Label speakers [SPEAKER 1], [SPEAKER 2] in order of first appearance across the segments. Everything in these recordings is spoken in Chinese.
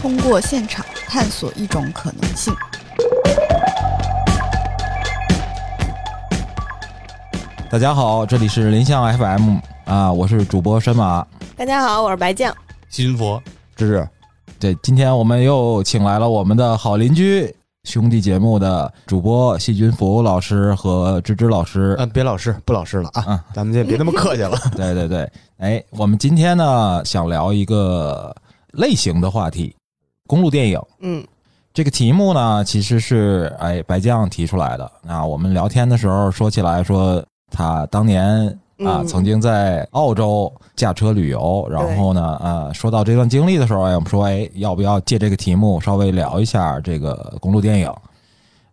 [SPEAKER 1] 通过现场探索一种可能性。
[SPEAKER 2] 大家好，这里是林相 FM 啊，我是主播神马，
[SPEAKER 3] 大家好，我是白
[SPEAKER 2] 啊
[SPEAKER 3] 酱。
[SPEAKER 4] 新佛，
[SPEAKER 2] 芝芝。对，今天我们又请来了我们的好邻居兄弟节目的主播细菌福老师和芝芝老 师。
[SPEAKER 4] 啊，别老师不老师了啊，
[SPEAKER 2] 啊
[SPEAKER 4] 咱们就别那么客 气了。
[SPEAKER 2] 对对对，哎，我们今天呢想聊一个类型的话题，公路电影。
[SPEAKER 3] 嗯，
[SPEAKER 2] 这个题目呢，其实是哎白酱提出来的。那我们聊天的时候说起来说，他当年啊
[SPEAKER 3] 嗯
[SPEAKER 2] 曾经在澳洲驾车旅游，然后呢啊说到这段经历的时候，哎我们说哎要不要借这个题目稍微聊一下这个公路电影？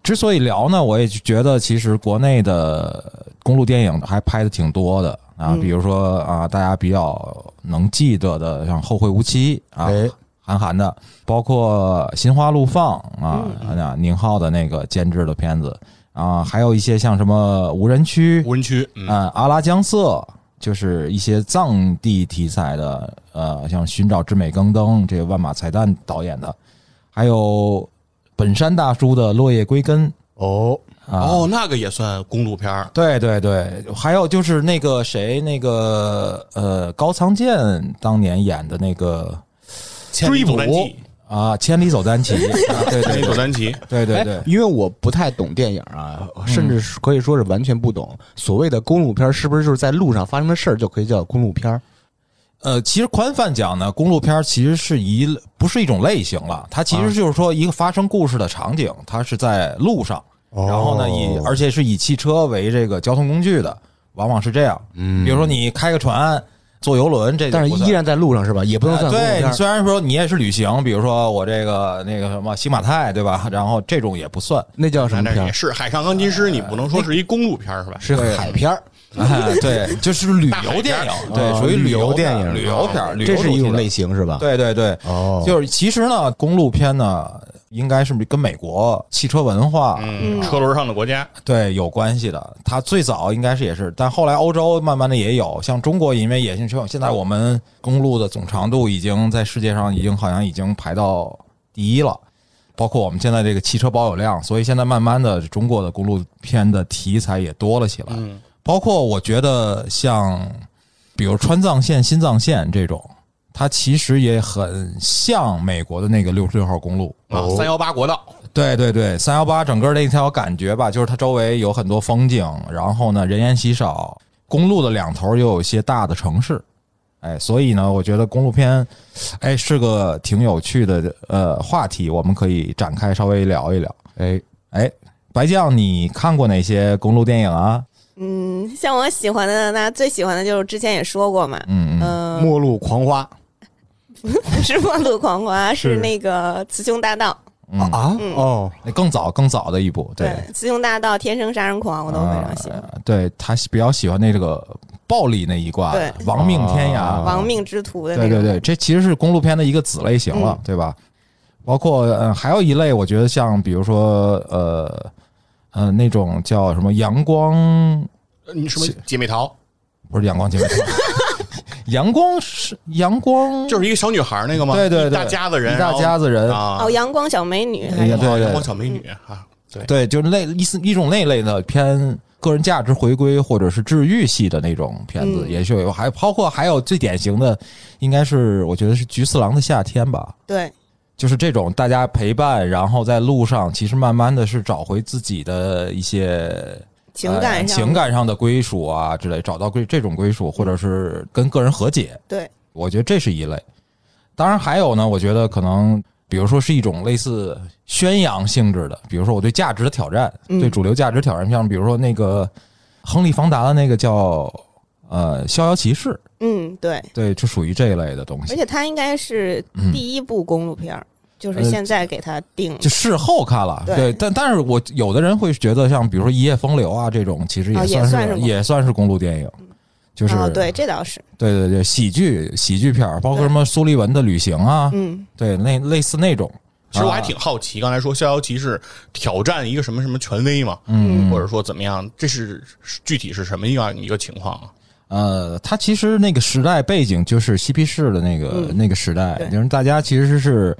[SPEAKER 2] 之所以聊呢，我也觉得其实国内的公路电影还拍的挺多的啊，
[SPEAKER 3] 嗯
[SPEAKER 2] 比如说啊大家比较能记得的像《后会无期》啊，
[SPEAKER 4] 哎，
[SPEAKER 2] 韩寒的，包括《心花怒放》啊，
[SPEAKER 3] 嗯
[SPEAKER 2] 那宁浩的那个监制的片子啊，还有一些像什么《无人区》
[SPEAKER 4] 无人区，嗯
[SPEAKER 2] 啊，《阿拉江瑟》，就是一些藏地题材的，呃，像《寻找之美更登》这个万马才旦导演的，还有本山大叔的《落叶归根》
[SPEAKER 4] 哦，
[SPEAKER 2] 啊。
[SPEAKER 5] 哦，那个也算公路片儿。
[SPEAKER 2] 对对对，还有就是那个谁，那个呃，高仓健当年演的那个
[SPEAKER 4] 千里
[SPEAKER 5] 追捕
[SPEAKER 4] 走单骑
[SPEAKER 2] 啊，《千里走单骑》啊，对对
[SPEAKER 5] 千里走
[SPEAKER 2] 对
[SPEAKER 5] 单骑，
[SPEAKER 2] 对对
[SPEAKER 4] 哎
[SPEAKER 2] 对，
[SPEAKER 4] 因为我不太懂电影啊，甚至是可以说是完全不懂。所谓的公路片，是不是就是在路上发生的事儿就可以叫公路片？
[SPEAKER 2] 呃，其实宽泛讲呢，公路片儿其实是一不是一种类型了，它其
[SPEAKER 4] 啊
[SPEAKER 2] 实就是说一个发生故事的场景，它是在路上，
[SPEAKER 4] 哦
[SPEAKER 2] 然后呢以而且是以汽车为这个交通工具的，往往是这样。
[SPEAKER 4] 嗯
[SPEAKER 2] 比如说你开个船，坐游轮，这就
[SPEAKER 4] 但是
[SPEAKER 2] 不算
[SPEAKER 4] 依然在路上是吧？也不能啊
[SPEAKER 2] 呃
[SPEAKER 4] 算公路
[SPEAKER 2] 对，
[SPEAKER 4] 片
[SPEAKER 2] 你虽然说你也是旅行，比如说我这个那个什么新马泰，对吧？然后这种也不算，
[SPEAKER 4] 那叫什么
[SPEAKER 5] 那
[SPEAKER 4] 片
[SPEAKER 5] 也
[SPEAKER 4] 儿？
[SPEAKER 5] 是《海上钢琴师》，你不能说是一公路片儿是吧？
[SPEAKER 4] 是海片儿，
[SPEAKER 2] 哎，对，就是旅游电
[SPEAKER 5] 大
[SPEAKER 2] 影，
[SPEAKER 4] 片儿
[SPEAKER 2] 对，属于
[SPEAKER 4] 哦旅游
[SPEAKER 2] 游
[SPEAKER 4] 电影
[SPEAKER 2] 旅游片儿，旅游
[SPEAKER 4] 这是一种
[SPEAKER 2] 主题的
[SPEAKER 4] 类型是吧？，
[SPEAKER 2] 对对对，
[SPEAKER 4] 哦，
[SPEAKER 2] 就是其实呢，公路片呢，应该是跟美国汽车文化
[SPEAKER 5] 嗯，车轮上的国家，
[SPEAKER 2] 对有关系的。它最早应该是也是，但后来欧洲慢慢的也有，像中国因为也是现在我们公路的总长度已经在世界上已经好像已经排到第一了。包括我们现在这个汽车保有量，所以现在慢慢的中国的公路片的题材也多了起来。
[SPEAKER 5] 嗯，
[SPEAKER 2] 包括我觉得像，比如川藏线、新藏线这种，它其实也很像美国的那个六十六号公路。
[SPEAKER 5] 啊，三幺八国道，
[SPEAKER 2] 对对对，三幺八整个那条感觉吧，就是它周围有很多风景，然后呢人烟稀少，公路的两头又有一些大的城市，哎，所以呢，我觉得公路片，哎，是个挺有趣的呃话题，我们可以展开稍微聊一聊。
[SPEAKER 4] 哎，
[SPEAKER 2] 哎，白酱，你看过哪些公路电影啊？
[SPEAKER 3] 嗯，像我喜欢的，那最喜欢的就是之前也说过嘛，
[SPEAKER 2] 嗯嗯，
[SPEAKER 3] 嗯、
[SPEAKER 4] 末路狂花
[SPEAKER 3] 不是《末路狂 花》，
[SPEAKER 4] 是
[SPEAKER 3] 是那个《雌雄大盗
[SPEAKER 2] 嗯
[SPEAKER 4] 啊
[SPEAKER 3] 嗯
[SPEAKER 4] 哦，》，
[SPEAKER 2] 那哎更早更早的一部，》。对，
[SPEAKER 3] 《雌雄大盗》《天生杀人狂》，我都非常喜欢，
[SPEAKER 2] 啊对他喜比较喜欢那个暴力那一挂，
[SPEAKER 3] 对
[SPEAKER 2] 亡命天涯，
[SPEAKER 4] 啊
[SPEAKER 3] 亡命之徒》的那
[SPEAKER 2] 对
[SPEAKER 3] 个。
[SPEAKER 2] 对对，这其实是公路片的一个子类型了，对吧？包括呃，还有一类，我觉得像比如说呃呃那种叫什么阳光，
[SPEAKER 5] 呃你什么姐妹淘，
[SPEAKER 2] 不是阳光节目，阳光是阳光，
[SPEAKER 5] 就是一个小女孩那个吗？
[SPEAKER 2] 对对对
[SPEAKER 5] 一大家子人，
[SPEAKER 2] 一大家子人
[SPEAKER 5] 然后啊
[SPEAKER 3] 哦，，阳光小美女，还
[SPEAKER 2] 哎呀
[SPEAKER 3] 是
[SPEAKER 2] 对对
[SPEAKER 5] 阳光小美女啊，对，
[SPEAKER 2] 对，就是类一丝一种那类的偏个人价值回归或者是治愈系的那种片子，
[SPEAKER 3] 嗯
[SPEAKER 2] 也是有，还包括还有最典型的，应该是我觉得是《菊次郎的夏天》吧，
[SPEAKER 3] 对，
[SPEAKER 2] 就是这种大家陪伴，然后在路上，其实慢慢的是找回自己的一些
[SPEAKER 3] 情感
[SPEAKER 2] 呃
[SPEAKER 3] 上，
[SPEAKER 2] 情，感上的归属啊之类，找到归这种归属，或者是跟个人和解，
[SPEAKER 3] 对，
[SPEAKER 2] 我觉得这是一类。当然还有呢，我觉得可能比如说是一种类似宣扬性质的，比如说我对价值的挑战，
[SPEAKER 3] 嗯
[SPEAKER 2] 对主流价值挑战，像比如说那个亨利·方达的那个叫呃《逍遥骑士》，
[SPEAKER 3] 嗯，对，
[SPEAKER 2] 对，就属于这一类的东
[SPEAKER 3] 而
[SPEAKER 2] 西。
[SPEAKER 3] 且它应该是
[SPEAKER 2] 嗯
[SPEAKER 3] 第一部公路片儿，就是
[SPEAKER 2] 呃
[SPEAKER 3] 现在给它定
[SPEAKER 2] 就事后看了，
[SPEAKER 3] 对
[SPEAKER 2] 对，但但是我有的人会觉得像比如说《一夜风流》啊这种，其实
[SPEAKER 3] 啊
[SPEAKER 2] 也算
[SPEAKER 3] 也
[SPEAKER 2] 是、
[SPEAKER 3] 算是公
[SPEAKER 2] 也算是公路电影，就是、
[SPEAKER 3] 哦，对，这倒是，
[SPEAKER 2] 对对对，喜剧喜剧片儿，包括
[SPEAKER 3] 对
[SPEAKER 2] 什么苏利文的旅行啊，
[SPEAKER 3] 嗯，
[SPEAKER 2] 对，那类似那种。
[SPEAKER 5] 其实我还
[SPEAKER 2] 啊
[SPEAKER 5] 挺好奇，刚才说逍遥骑士挑战一个什么什么权威嘛，
[SPEAKER 2] 嗯，
[SPEAKER 5] 或者说怎么样，这是具体是什么样一个情况啊？
[SPEAKER 2] 呃，它其实那个时代背景就是嬉皮士的那个、
[SPEAKER 3] 嗯
[SPEAKER 2] 那个时代，
[SPEAKER 3] 对
[SPEAKER 2] 就是大家其实是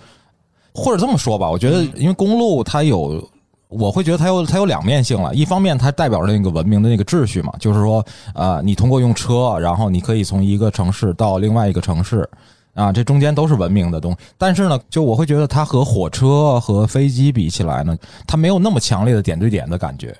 [SPEAKER 2] 或者这么说吧，我觉
[SPEAKER 3] 嗯
[SPEAKER 2] 得因为公路它有。我会觉得它有它有两面性了，一方面它代表着那个文明的那个秩序嘛，就是说，呃，你通过用车，然后你可以从一个城市到另外一个城市，啊，这中间都是文明的东西。但是呢，就我会觉得它和火车和飞机比起来呢，它没有那么强烈的点对点的感觉。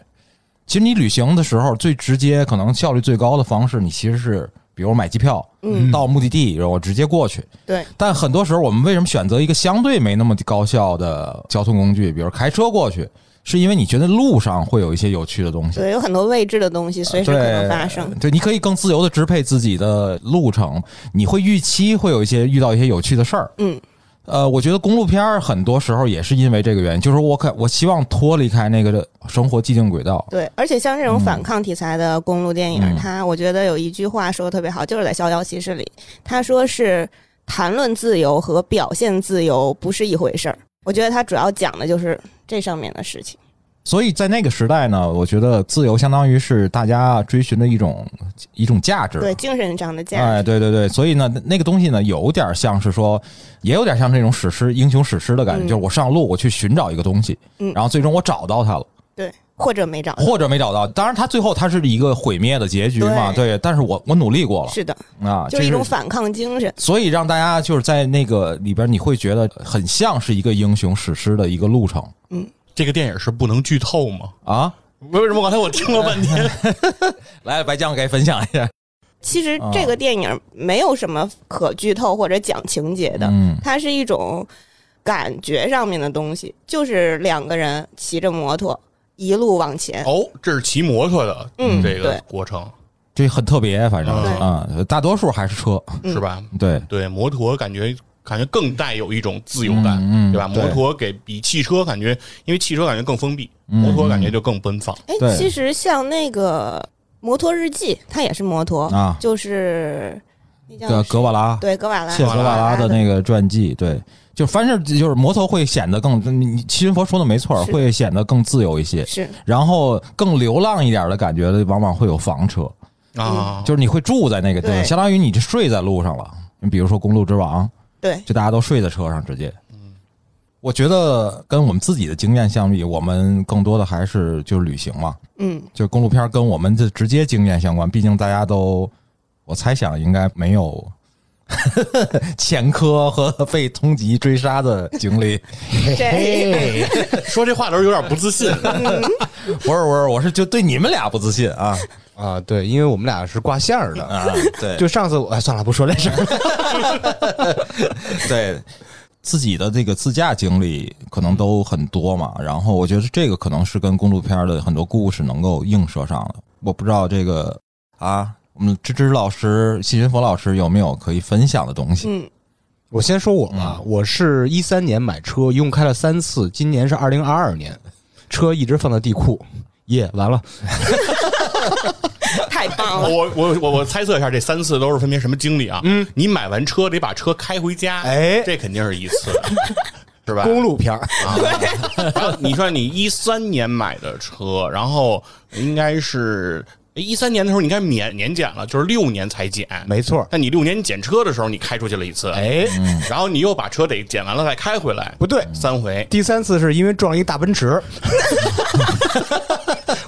[SPEAKER 2] 其实你旅行的时候，最直接、可能效率最高的方式，你其实是比如买机票，
[SPEAKER 3] 嗯
[SPEAKER 2] 到目的地然后我直接过去。
[SPEAKER 3] 对，
[SPEAKER 2] 但很多时候，我们为什么选择一个相对没那么高效的交通工具，比如开车过去，是因为你觉得路上会有一些有趣的东西。
[SPEAKER 3] 对，有很多未知的东西随时可能发生。
[SPEAKER 2] 对，你可以更自由的支配自己的路程，你会预期会有一些遇到一些有趣的事儿。
[SPEAKER 3] 嗯，
[SPEAKER 2] 呃，我觉得公路片儿很多时候也是因为这个原因，就是我可我希望脱离开那个生活既定轨道。
[SPEAKER 3] 对，而且像这种反抗题材的公路电影，
[SPEAKER 2] 嗯
[SPEAKER 3] 它我觉得有一句话说的特别好，就是在《逍遥骑士》里，他说是谈论自由和表现自由不是一回事儿。我觉得他主要讲的就是这上面的事情。
[SPEAKER 2] 所以在那个时代呢，我觉得自由相当于是大家追寻的一种一种价值。
[SPEAKER 3] 对，精神上的价值。
[SPEAKER 2] 哎，对对对，所以呢，那个东西呢，有点像是说，也有点像那种史诗英雄史诗的感觉，
[SPEAKER 3] 嗯
[SPEAKER 2] 就是我上路，我去寻找一个东西，
[SPEAKER 3] 嗯
[SPEAKER 2] 然后最终我找到它了，
[SPEAKER 3] 对，或者没找到。
[SPEAKER 2] 或者没找到。当然，它最后它是一个毁灭的结局嘛，对。但是我我努力过
[SPEAKER 3] 是的，
[SPEAKER 2] 了啊，
[SPEAKER 3] 就
[SPEAKER 2] 这
[SPEAKER 3] 是一种反抗精神。
[SPEAKER 2] 所以让大家就是在那个里边，你会觉得很像是一个英雄史诗的一个路程
[SPEAKER 5] 这个电影是不能剧透吗？
[SPEAKER 2] 啊。
[SPEAKER 5] 为什么刚才我听了半天？
[SPEAKER 2] 来，白酱给分享一下。
[SPEAKER 3] 其实这
[SPEAKER 2] 啊
[SPEAKER 3] 个电影没有什么可剧透或者讲情节的，
[SPEAKER 2] 嗯
[SPEAKER 3] 它是一种感觉上面的东西，就是两个人骑着摩托一路往前。
[SPEAKER 5] 哦，这是骑摩托的，
[SPEAKER 3] 嗯
[SPEAKER 5] 这个
[SPEAKER 3] 对
[SPEAKER 5] 过程
[SPEAKER 2] 这很特别，反正
[SPEAKER 5] 嗯对
[SPEAKER 2] 啊、大多数还是车，
[SPEAKER 3] 嗯
[SPEAKER 5] 是吧？
[SPEAKER 2] 对，
[SPEAKER 5] 对，摩托感觉感觉更带有一种自由感，
[SPEAKER 2] 嗯嗯
[SPEAKER 5] 对吧？
[SPEAKER 2] 对
[SPEAKER 5] 摩托给比汽车感觉，因为汽车感觉更封闭，
[SPEAKER 2] 嗯
[SPEAKER 5] 摩托感觉就更奔放。
[SPEAKER 3] 哎
[SPEAKER 2] 对，
[SPEAKER 3] 其实像那个《摩托日记》，它也是摩托，
[SPEAKER 2] 啊
[SPEAKER 3] 就是那
[SPEAKER 2] 格
[SPEAKER 3] 叫
[SPEAKER 2] 格瓦拉，
[SPEAKER 3] 对格瓦拉
[SPEAKER 2] 切格瓦拉的那个传记，对，就凡是就是摩托会显得更，你你七神佛说的没错儿，
[SPEAKER 3] 是
[SPEAKER 2] 会显得更自由一些，
[SPEAKER 3] 是
[SPEAKER 2] 然后更流浪一点的感觉的，往往会有房车，
[SPEAKER 5] 啊，
[SPEAKER 2] 就是你会住在那个地方，
[SPEAKER 3] 对
[SPEAKER 2] 相当于你就睡在路上了。你比如说《公路之王》，
[SPEAKER 3] 对
[SPEAKER 2] 就大家都睡在车上直接。
[SPEAKER 5] 嗯
[SPEAKER 2] 我觉得跟我们自己的经验相比，我们更多的还是就是旅行嘛，
[SPEAKER 3] 嗯
[SPEAKER 2] 就是公路片儿跟我们的直接经验相关，毕竟大家都，我猜想应该没有 前科和被通缉追杀的经 历。
[SPEAKER 3] 这
[SPEAKER 5] 说这话的时候有点不自信。
[SPEAKER 2] 不是不是，我是就对你们俩不自信啊
[SPEAKER 4] 啊，对，因为我们俩是挂线儿的。
[SPEAKER 2] 啊！ 对
[SPEAKER 4] 就上次我，哎，算了，不说这事儿。
[SPEAKER 2] 对，自己的这个自驾经历可能都很多嘛，然后我觉得这个可能是跟公路片儿的很多故事能够映射上的。我不知道这个啊，我们芝芝老师、谢云佛老师有没有可以分享的东西？
[SPEAKER 3] 嗯
[SPEAKER 4] 我先说我吧，我是一三年买车，一共开了三次，今年是二零二二年，车一直放在地库。耶、完了，
[SPEAKER 3] 太棒了，
[SPEAKER 5] 啊我我我我猜测一下，这三次都是分别什么经历啊？嗯，你买完车得把车开回家，
[SPEAKER 4] 哎
[SPEAKER 5] 这肯定是一次， 是吧？
[SPEAKER 4] 公路片儿，
[SPEAKER 5] 然后你说你一三年买的车，然后应该是呃一三年的时候，你应该免年检了，就是六年才检。
[SPEAKER 4] 没错。
[SPEAKER 5] 那你六年检车的时候，你开出去了一次，嗯
[SPEAKER 4] 哎，
[SPEAKER 5] 然后你又把车得检完了再开回来，
[SPEAKER 4] 不对，
[SPEAKER 5] 三回。
[SPEAKER 4] 第三次是因为撞了一大奔驰。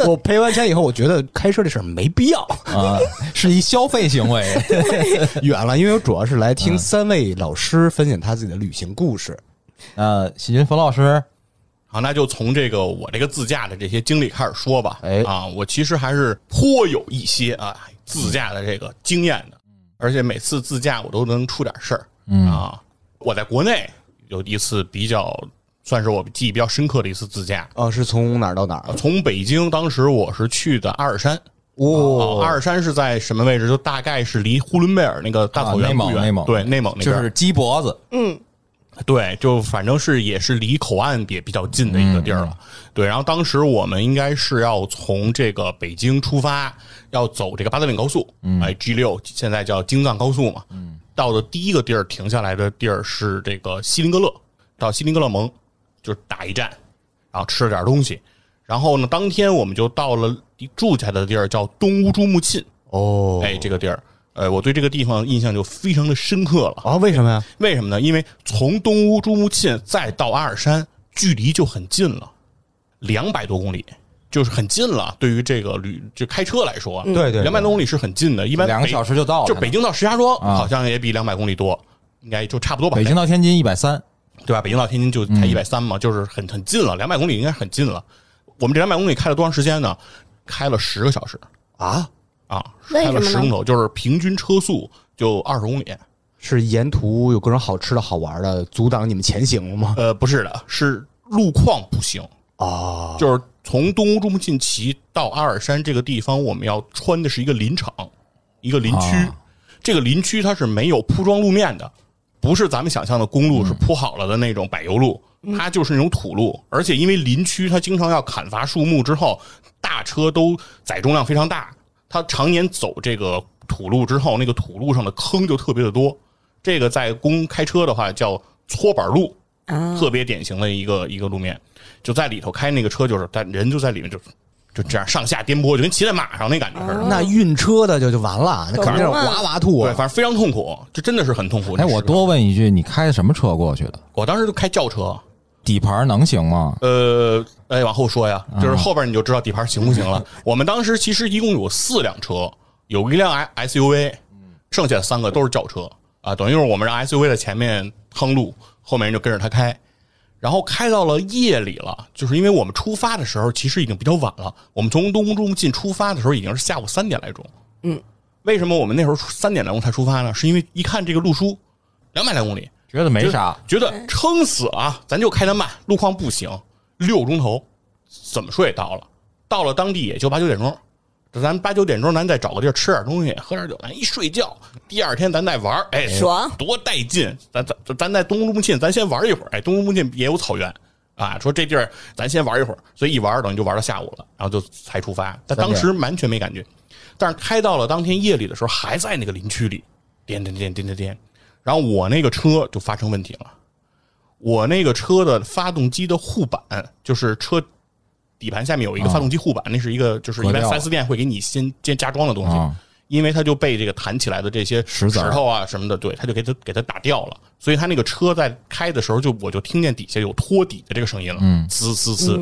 [SPEAKER 4] 我赔完钱以后，我觉得开车这事儿没必要，
[SPEAKER 2] 啊，是一消费行为。
[SPEAKER 4] 远了，因为我主要是来听三位老师分享他自己的旅行故事。
[SPEAKER 2] 呃，谢云佛老师，
[SPEAKER 5] 好，那就从这个我这个自驾的这些经历开始说吧。
[SPEAKER 4] 哎
[SPEAKER 5] 啊，我其实还是颇有一些啊自驾的这个经验的，
[SPEAKER 2] 嗯
[SPEAKER 5] 而且每次自驾我都能出点事儿。嗯啊，我在国内有一次比较算是我记忆比较深刻的一次自驾，啊
[SPEAKER 4] 哦，是从哪儿到哪儿？
[SPEAKER 5] 从北京当时我是去的阿尔山。
[SPEAKER 4] 哦
[SPEAKER 5] 啊阿尔山是在什么位置？就大概是离呼伦贝尔那个大草
[SPEAKER 2] 啊内
[SPEAKER 5] 原不
[SPEAKER 2] 蒙
[SPEAKER 5] 远，
[SPEAKER 2] 内蒙
[SPEAKER 5] 对内蒙那
[SPEAKER 2] 就
[SPEAKER 5] 边
[SPEAKER 2] 是鸡脖子，
[SPEAKER 3] 嗯
[SPEAKER 5] 对，就反正是也是离口岸也比较近的一个地儿了。对，然后当时我们应该是要从这个北京出发，要走这个八达岭高速，哎，G 六现在叫京藏高速嘛。嗯，到的第一个地儿停下来的地儿是这个锡林格勒，到锡林格勒盟就是打一站，然后吃了点东西，然后呢，当天我们就到了住下的地儿叫东乌珠穆沁。
[SPEAKER 4] 哦，
[SPEAKER 5] 哎，这个地儿，呃，呃，我对这个地方印象就非常的深刻了。
[SPEAKER 4] 啊？为什么呀？
[SPEAKER 5] 为什么呢？因为从东乌朱木沁再到阿尔山，距离就很近了，两百多公里，就是很近了。对于这个旅就开车来说，啊
[SPEAKER 3] 嗯
[SPEAKER 4] 对对对
[SPEAKER 5] 两百多公里是很近的。一般
[SPEAKER 2] 两个
[SPEAKER 5] 北
[SPEAKER 2] 小时就到了。
[SPEAKER 5] 就北京到石家庄
[SPEAKER 2] 啊
[SPEAKER 5] 好像也比两百公里多，应该就差不多吧。
[SPEAKER 2] 北京到嗯天津一百三，
[SPEAKER 5] 对吧？北京到天津就才一百三嘛，就是很很近了，两百公里应该很近了。我们这两百公里开了多长时间呢？开了十个小时
[SPEAKER 4] 啊，
[SPEAKER 5] 啊，
[SPEAKER 3] 为
[SPEAKER 5] 开
[SPEAKER 3] 什么
[SPEAKER 5] 了
[SPEAKER 3] 呢
[SPEAKER 5] 十公里，就是平均车速就二十公里。
[SPEAKER 4] 是沿途有各种好吃的好玩的，阻挡你们前行了吗？
[SPEAKER 5] 呃，不是的，是路况不行，
[SPEAKER 4] 啊，
[SPEAKER 5] 就是从东乌朱木沁旗到阿尔山这个地方，我们要穿的是一个林场，一个林区。
[SPEAKER 2] 啊
[SPEAKER 5] 这个林区它是没有铺装路面的，不是咱们想象的公路是铺好了的那种柏油路，它就是那种土路。而且因为林区，它经常要砍伐树木之后，大车都载重量非常大，它常年走这个土路之后，那个土路上的坑就特别的多。这个在公开车的话叫搓板路，
[SPEAKER 3] 啊，
[SPEAKER 5] 特别典型的一个一个路面，就在里头开那个车，就是但人就在里面就就这样上下颠簸，就跟骑在马上那感觉似的。
[SPEAKER 4] 那晕车的就就完哦了，那肯定是哇哇吐
[SPEAKER 5] 对，
[SPEAKER 4] 啊！
[SPEAKER 5] 反正非常痛苦，这真的是很痛苦。
[SPEAKER 2] 哎，
[SPEAKER 5] 那时
[SPEAKER 2] 我
[SPEAKER 5] 候
[SPEAKER 2] 多问一句，你开的什么车过去的？
[SPEAKER 5] 我当时就开轿车，
[SPEAKER 2] 底盘能行吗？
[SPEAKER 5] 呃，哎，往后说呀，就是后边你就知道底盘行不行了。我们当时其实一共有四辆车，有一辆 S U V，剩下三个都是轿车啊，等于就是我们让 S U V 在前面趟路，后面人就跟着他开。然后开到了夜里了，就是因为我们出发的时候其实已经比较晚了。我们从东中进出发的时候已经是下午三点来钟。
[SPEAKER 3] 嗯，
[SPEAKER 5] 为什么我们那时候三点来钟才出发呢？是因为一看这个路书，两百来公里，
[SPEAKER 2] 觉得没啥，
[SPEAKER 5] 觉得撑死啊，咱就开得慢，路况不行，六个钟头怎么说也到了，到了当地也就八九点钟，咱八九点钟咱再找个地儿吃点东西，喝点酒，咱一睡觉，第二天咱再玩，哎，
[SPEAKER 3] 爽
[SPEAKER 5] 多带劲！咱咱咱咱在东乌木沁，咱先玩一会儿，哎，东乌木沁也有草原。啊，说这地儿咱先玩一会儿，所以一玩等于就玩到下午了，然后就才出发。但当时完全没感觉，但是开到了当天夜里的时候，还在那个林区里，颠颠颠颠颠颠。然后我那个车就发生问题了，我那个车的发动机的护板，就是车底盘下面有一个
[SPEAKER 2] 啊
[SPEAKER 5] 发动机护板，那是一个就是一
[SPEAKER 2] 割
[SPEAKER 5] 般
[SPEAKER 2] 掉了
[SPEAKER 5] 4S 店会给你先先加装的东西，
[SPEAKER 2] 啊
[SPEAKER 5] 因为它就被这个弹起来的这些
[SPEAKER 2] 石子儿
[SPEAKER 5] 头啊什么的，对，它就给它给它打掉了，所以它那个车在开的时候就我就听见底下有托底的这个声音了，
[SPEAKER 2] 嗯
[SPEAKER 5] 滋滋滋，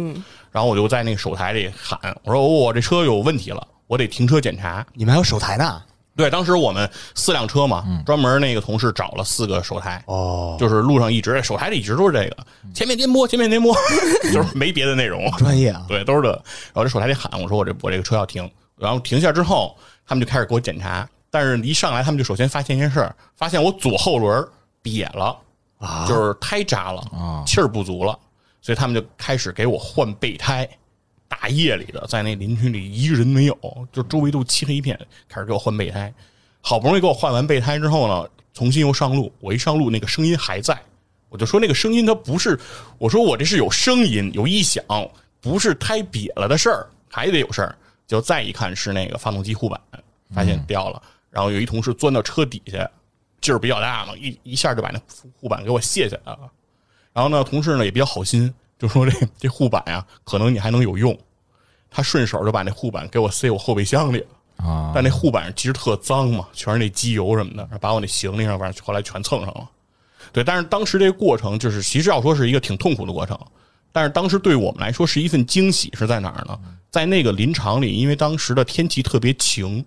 [SPEAKER 5] 然后我就在那个手台里喊，我说我这车有问题了，我得停车检查，
[SPEAKER 4] 你们还有手台呢，
[SPEAKER 5] 对，当时我们四辆车嘛，
[SPEAKER 2] 嗯
[SPEAKER 5] 专门那个同事找了四个手台，哦，就是路上一直手台里一直都是这个，前面颠簸，前面颠簸， 就是没别的内容，
[SPEAKER 4] 专业啊！
[SPEAKER 5] 对，都是这。然后这手台里喊我说我这我这个车要停，然后停下之后，他们就开始给我检查，但是一上来他们就首先发现一件事儿，发现我左后轮瘪了，
[SPEAKER 4] 啊
[SPEAKER 5] 就是胎扎了，
[SPEAKER 2] 啊
[SPEAKER 5] 气儿不足了，所以他们就开始给我换备胎。大夜里的，在那林区里一个人没有，就周围都漆黑一片，开始给我换备胎。好不容易给我换完备胎之后呢，重新又上路。我一上路，那个声音还在，我就说那个声音它不是，我说我这是有声音有异响，不是胎瘪了的事儿，还得有事儿。就再一看是那个发动机护板，发现掉了。然后有一同事钻到车底下，劲儿比较大嘛，一一下就把那护板给我卸下来了。然后呢，同事呢也比较好心，就说这这护板呀、可能你还能有用。他顺手就把那护板给我塞我后备箱里了。
[SPEAKER 2] 啊
[SPEAKER 5] 但那护板其实特脏嘛，全是那机油什么的，把我那行李上反正后来全蹭上了。对，但是当时这个过程就是，其实要说是一个挺痛苦的过程，但是当时对我们来说是一份惊喜，是在哪儿呢？在那个林场里，因为当时的天气特别晴，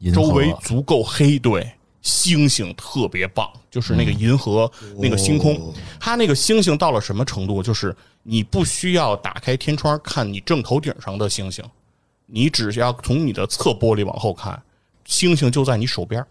[SPEAKER 2] 银河
[SPEAKER 5] 周围足够黑，对，星星特别棒，就是那个银河、那个星空，它那个星星到了什么程度？就是你不需要打开天窗看你正头顶上的星星，你只需要从你的侧玻璃往后看，星星就在你手边儿，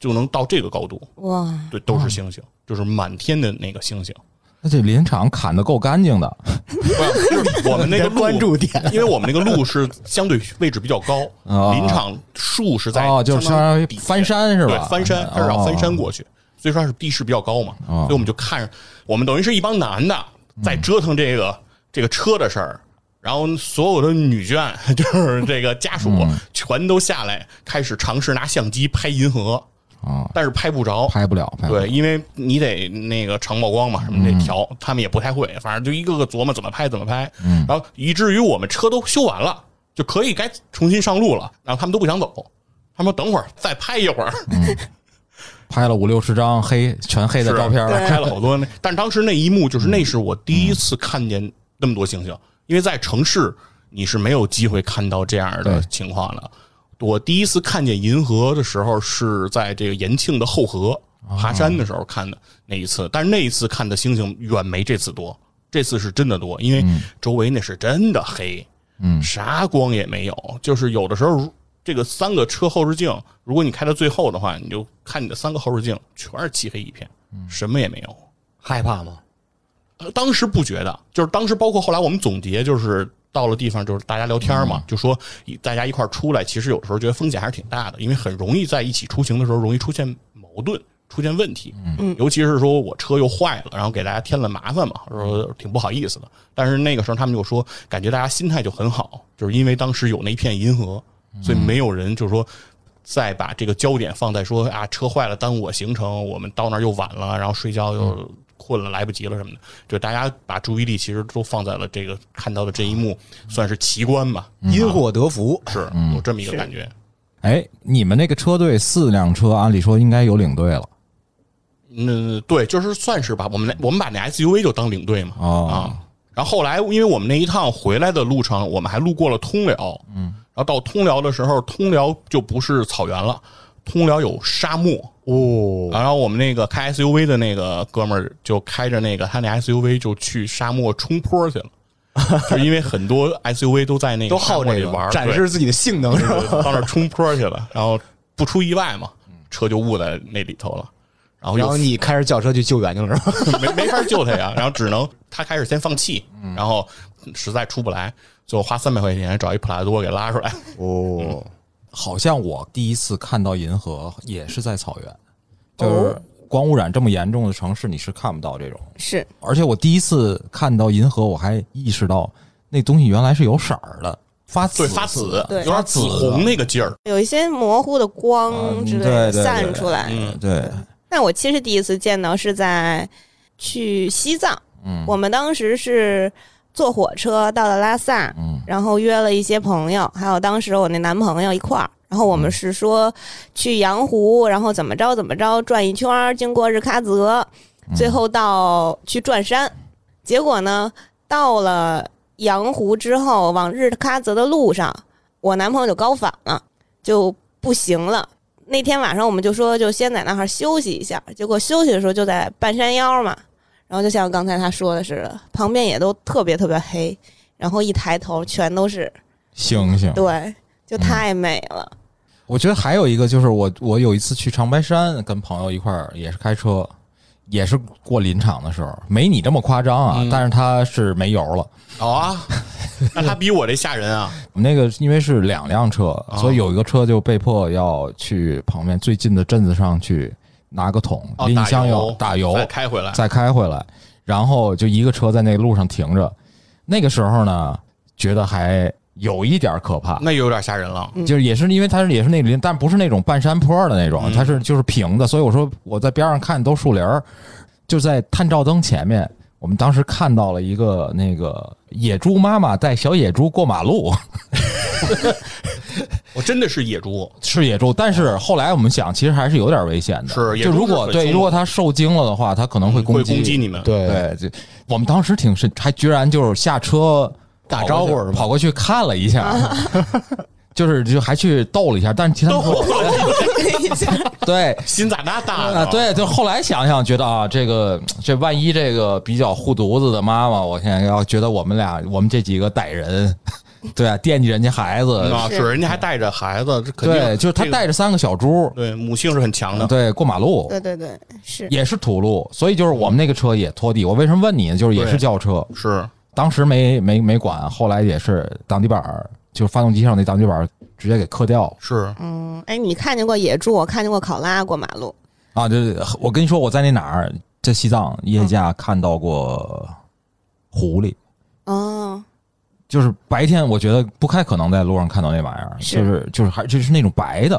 [SPEAKER 5] 就能到这个高度。
[SPEAKER 3] 哇，
[SPEAKER 5] 对，都是星星，就是满天的那个星星。
[SPEAKER 2] 那这林场砍的够干净的，
[SPEAKER 5] 就是我们 那个路
[SPEAKER 4] 关注点，
[SPEAKER 5] 因为我们那个路是相对位置比较高，
[SPEAKER 2] 啊
[SPEAKER 5] 林场树是在
[SPEAKER 2] 哦就是
[SPEAKER 5] 相
[SPEAKER 2] 相当
[SPEAKER 5] 当于
[SPEAKER 2] 于
[SPEAKER 5] 底下
[SPEAKER 2] 翻山是吧
[SPEAKER 5] 对，翻山，它是要
[SPEAKER 2] 哦
[SPEAKER 5] 翻山过去，所以说它是地势比较高嘛，
[SPEAKER 2] 哦嗯
[SPEAKER 5] 所以我们就看，我们等于是一帮男的在折腾这个这个车的事儿。然后所有的女眷， 就是这个家属，
[SPEAKER 2] 嗯
[SPEAKER 5] 全都下来开始尝试拿相机拍银河，
[SPEAKER 2] 啊，
[SPEAKER 5] 但是拍不着，
[SPEAKER 2] 拍不了，拍不了
[SPEAKER 5] 对，，因为你得那个长曝光嘛，
[SPEAKER 2] 嗯
[SPEAKER 5] 什么得调，他们也不太会，反正就一个个琢磨怎么拍怎么拍，
[SPEAKER 2] 嗯
[SPEAKER 5] 然后以至于我们车都修完了，就可以该重新上路了，然后他们都不想走，他们说等会儿再拍一会儿，
[SPEAKER 2] 拍了五六十张黑全黑的
[SPEAKER 5] 是
[SPEAKER 2] 照片了，
[SPEAKER 5] 拍了 好多那。但当时那一幕就是那是我第一次看见那么多星星，因为在城市你是没有机会看到这样的
[SPEAKER 2] 对
[SPEAKER 5] 情况的。我第一次看见银河的时候是在这个延庆的后河
[SPEAKER 2] 啊
[SPEAKER 5] 爬山的时候看的那一次，但是那一次看的星星远没这次多，这次是真的多，因为周围那是真的黑，
[SPEAKER 2] 嗯
[SPEAKER 5] 啥光也没有，就是有的时候。这个三个车后视镜，如果你开到最后的话，你就看你的三个后视镜全是漆黑一片，
[SPEAKER 2] 嗯
[SPEAKER 5] 什么也没有。
[SPEAKER 4] 害怕吗？
[SPEAKER 5] 呃当时不觉得，就是当时包括后来我们总结，就是到了地方就是大家聊天嘛，就说大家一块儿出来，其实有的时候觉得风险还是挺大的，因为很容易在一起出行的时候容易出现矛盾。出现问题，嗯，尤其是说我车又坏了，然后给大家添了麻烦嘛，说挺不好意思的。但是那个时候他们就说，感觉大家心态就很好，就是因为当时有那片银河，所以没有人就是说再把这个焦点放在说啊车坏了耽误我行程，我们到那儿又晚了，然后睡觉又困了，来不及了什么的。就大家把注意力其实都放在了这个看到的这一幕，算是奇观吧，
[SPEAKER 4] 因祸得福，
[SPEAKER 5] 嗯是嗯有这么一个感觉。
[SPEAKER 2] 哎，你们那个车队四辆车，按理说应该有领队了
[SPEAKER 5] 嗯，对，就是算是吧，我们那我们把那 SUV 就当领队嘛，
[SPEAKER 2] 哦
[SPEAKER 5] 啊。然后后来，因为我们那一趟回来的路程，我们还路过了通辽，嗯，然后到通辽的时候，通辽就不是草原了，通辽有沙漠哦。然后我们那个开 SUV 的那个哥们儿就开着那个他那 SUV 就去沙漠冲坡 去了，就是因为很多 SUV 都在那个
[SPEAKER 4] 都
[SPEAKER 5] 沙
[SPEAKER 4] 好
[SPEAKER 5] 漠
[SPEAKER 4] 这
[SPEAKER 5] 里
[SPEAKER 4] 个
[SPEAKER 5] 玩儿，
[SPEAKER 4] 展
[SPEAKER 5] 对
[SPEAKER 4] 示自己的性能是吧？
[SPEAKER 5] 到那儿冲坡去了，然后不出意外嘛，
[SPEAKER 4] 嗯
[SPEAKER 5] 车就误在那里头了。然后又
[SPEAKER 4] 然后你开着轿车去救援去了是吧？
[SPEAKER 5] 没没法救他呀，然后只能他开始先放弃，
[SPEAKER 2] 嗯
[SPEAKER 5] 然后实在出不来，最后花三百块钱找一普拉多给拉出来。
[SPEAKER 4] 哦，
[SPEAKER 2] 好像我第一次看到银河也是在草
[SPEAKER 5] 哦
[SPEAKER 2] 原，就是光污染这么严重的城市，你是看不到这种。
[SPEAKER 3] 是
[SPEAKER 2] 而且我第一次看到银河，我还意识到那东西原来是有色儿的，发紫
[SPEAKER 5] 对，
[SPEAKER 2] 的，
[SPEAKER 5] 发紫，
[SPEAKER 3] 对
[SPEAKER 5] 有点紫
[SPEAKER 2] 的。
[SPEAKER 5] 红那个劲儿。
[SPEAKER 3] 有一些模糊的光
[SPEAKER 2] 嗯
[SPEAKER 3] 之类的
[SPEAKER 2] 对对
[SPEAKER 3] 散
[SPEAKER 2] 对
[SPEAKER 3] 出来。
[SPEAKER 5] 嗯，
[SPEAKER 2] 对，
[SPEAKER 3] 但我其实第一次见到是在去西藏，
[SPEAKER 2] 嗯，
[SPEAKER 3] 我们当时是坐火车到了拉萨，
[SPEAKER 2] 嗯
[SPEAKER 3] 然后约了一些朋友，还有当时我那男朋友一块儿。然后我
[SPEAKER 2] 嗯
[SPEAKER 3] 们是说去羊湖，然后怎么着怎么着转一圈儿，经过日喀则，
[SPEAKER 2] 嗯
[SPEAKER 3] 最后到去转山。结果呢，到了羊湖之后，往日喀则的路上，我男朋友就高反了，就不行了。那天晚上我们就说，就先在那儿休息一下。结果休息的时候就在半山腰嘛，然后就像刚才他说的似的，旁边也都特别特别黑，然后一抬头全都是，
[SPEAKER 2] 星星。
[SPEAKER 3] 对，就太美了。
[SPEAKER 2] 我觉得还有一个就是我，我有一次去长白山，跟朋友一块儿也是开车，也是过林场的时候，没你这么夸张啊，
[SPEAKER 5] 嗯
[SPEAKER 2] 但是它是没油了。
[SPEAKER 5] 好啊，那他比我这吓 人啊！
[SPEAKER 2] 我们那个因为是两辆车，
[SPEAKER 5] 哦
[SPEAKER 2] 所以有一个车就被迫要去旁边最近的镇子上去拿个桶
[SPEAKER 5] 哦，
[SPEAKER 2] 拎一
[SPEAKER 5] 打
[SPEAKER 2] 箱油
[SPEAKER 5] 油，哎
[SPEAKER 2] 打油，
[SPEAKER 5] 再开回来。
[SPEAKER 2] 再开回来，然后就一个车在那个路上停着。那个时候呢，觉得还有一点可怕，
[SPEAKER 5] 那有点吓人了，
[SPEAKER 2] 就是也是因为它是也是那林，但不是那种半山坡的那
[SPEAKER 5] 嗯
[SPEAKER 2] 种，它是就是平的，所以我说我在边上看都树林儿，就在探照灯前面，我们当时看到了一个那个野猪妈妈带小野猪过马路，
[SPEAKER 5] 我真的是野猪，
[SPEAKER 2] 是野猪，但是后来我们想，其实还是有点危险的，
[SPEAKER 5] 是野
[SPEAKER 2] 就
[SPEAKER 5] 猪
[SPEAKER 2] 如
[SPEAKER 5] 是
[SPEAKER 2] 果
[SPEAKER 5] 很
[SPEAKER 2] 对
[SPEAKER 5] 凶
[SPEAKER 2] 如果
[SPEAKER 5] 猛
[SPEAKER 2] 它受惊了的话，它可能会
[SPEAKER 5] 会
[SPEAKER 2] 击
[SPEAKER 5] 攻击你们。
[SPEAKER 4] 对，
[SPEAKER 2] 对，就我们当时挺是，还居然就是下车
[SPEAKER 4] 打
[SPEAKER 2] 跑过
[SPEAKER 4] 招呼
[SPEAKER 2] 去
[SPEAKER 4] 是吧
[SPEAKER 2] 跑过去看了一下，就是就还去逗了一下，但是其他人说对。
[SPEAKER 5] 心咋那大呢
[SPEAKER 2] 啊，？，对，就后来想想，觉得啊，这个这万一这个比较护犊子的妈妈，我现在要觉得我们俩，我们这几个歹人， 对啊，惦记人家孩子，
[SPEAKER 5] 啊，是人家还带着孩子，这肯定
[SPEAKER 2] 对，就是他
[SPEAKER 5] 这个嗯
[SPEAKER 2] 带嗯着三个小猪，
[SPEAKER 5] 对母性是很强的。
[SPEAKER 2] 对，过马路
[SPEAKER 3] 对对对，是
[SPEAKER 2] 也是土路，所以就是我们那个车也拖地。我为什么问你呢？就是也是
[SPEAKER 5] 对
[SPEAKER 2] 轿车，
[SPEAKER 5] 是，
[SPEAKER 2] 当时没没没管，后来也是挡泥板儿，就是发动机上那挡泥板儿直接给磕掉了
[SPEAKER 5] 是，
[SPEAKER 3] 嗯，哎，你看见过野猪，我看见过考拉过马路，
[SPEAKER 2] 啊！就是我跟你说，我在那哪儿，在西藏夜驾看到过狐狸，
[SPEAKER 3] 哦，
[SPEAKER 2] 就是白天我觉得不太可能在路上看到那玩意儿，
[SPEAKER 3] 是
[SPEAKER 2] 就是就是还就是那种白的，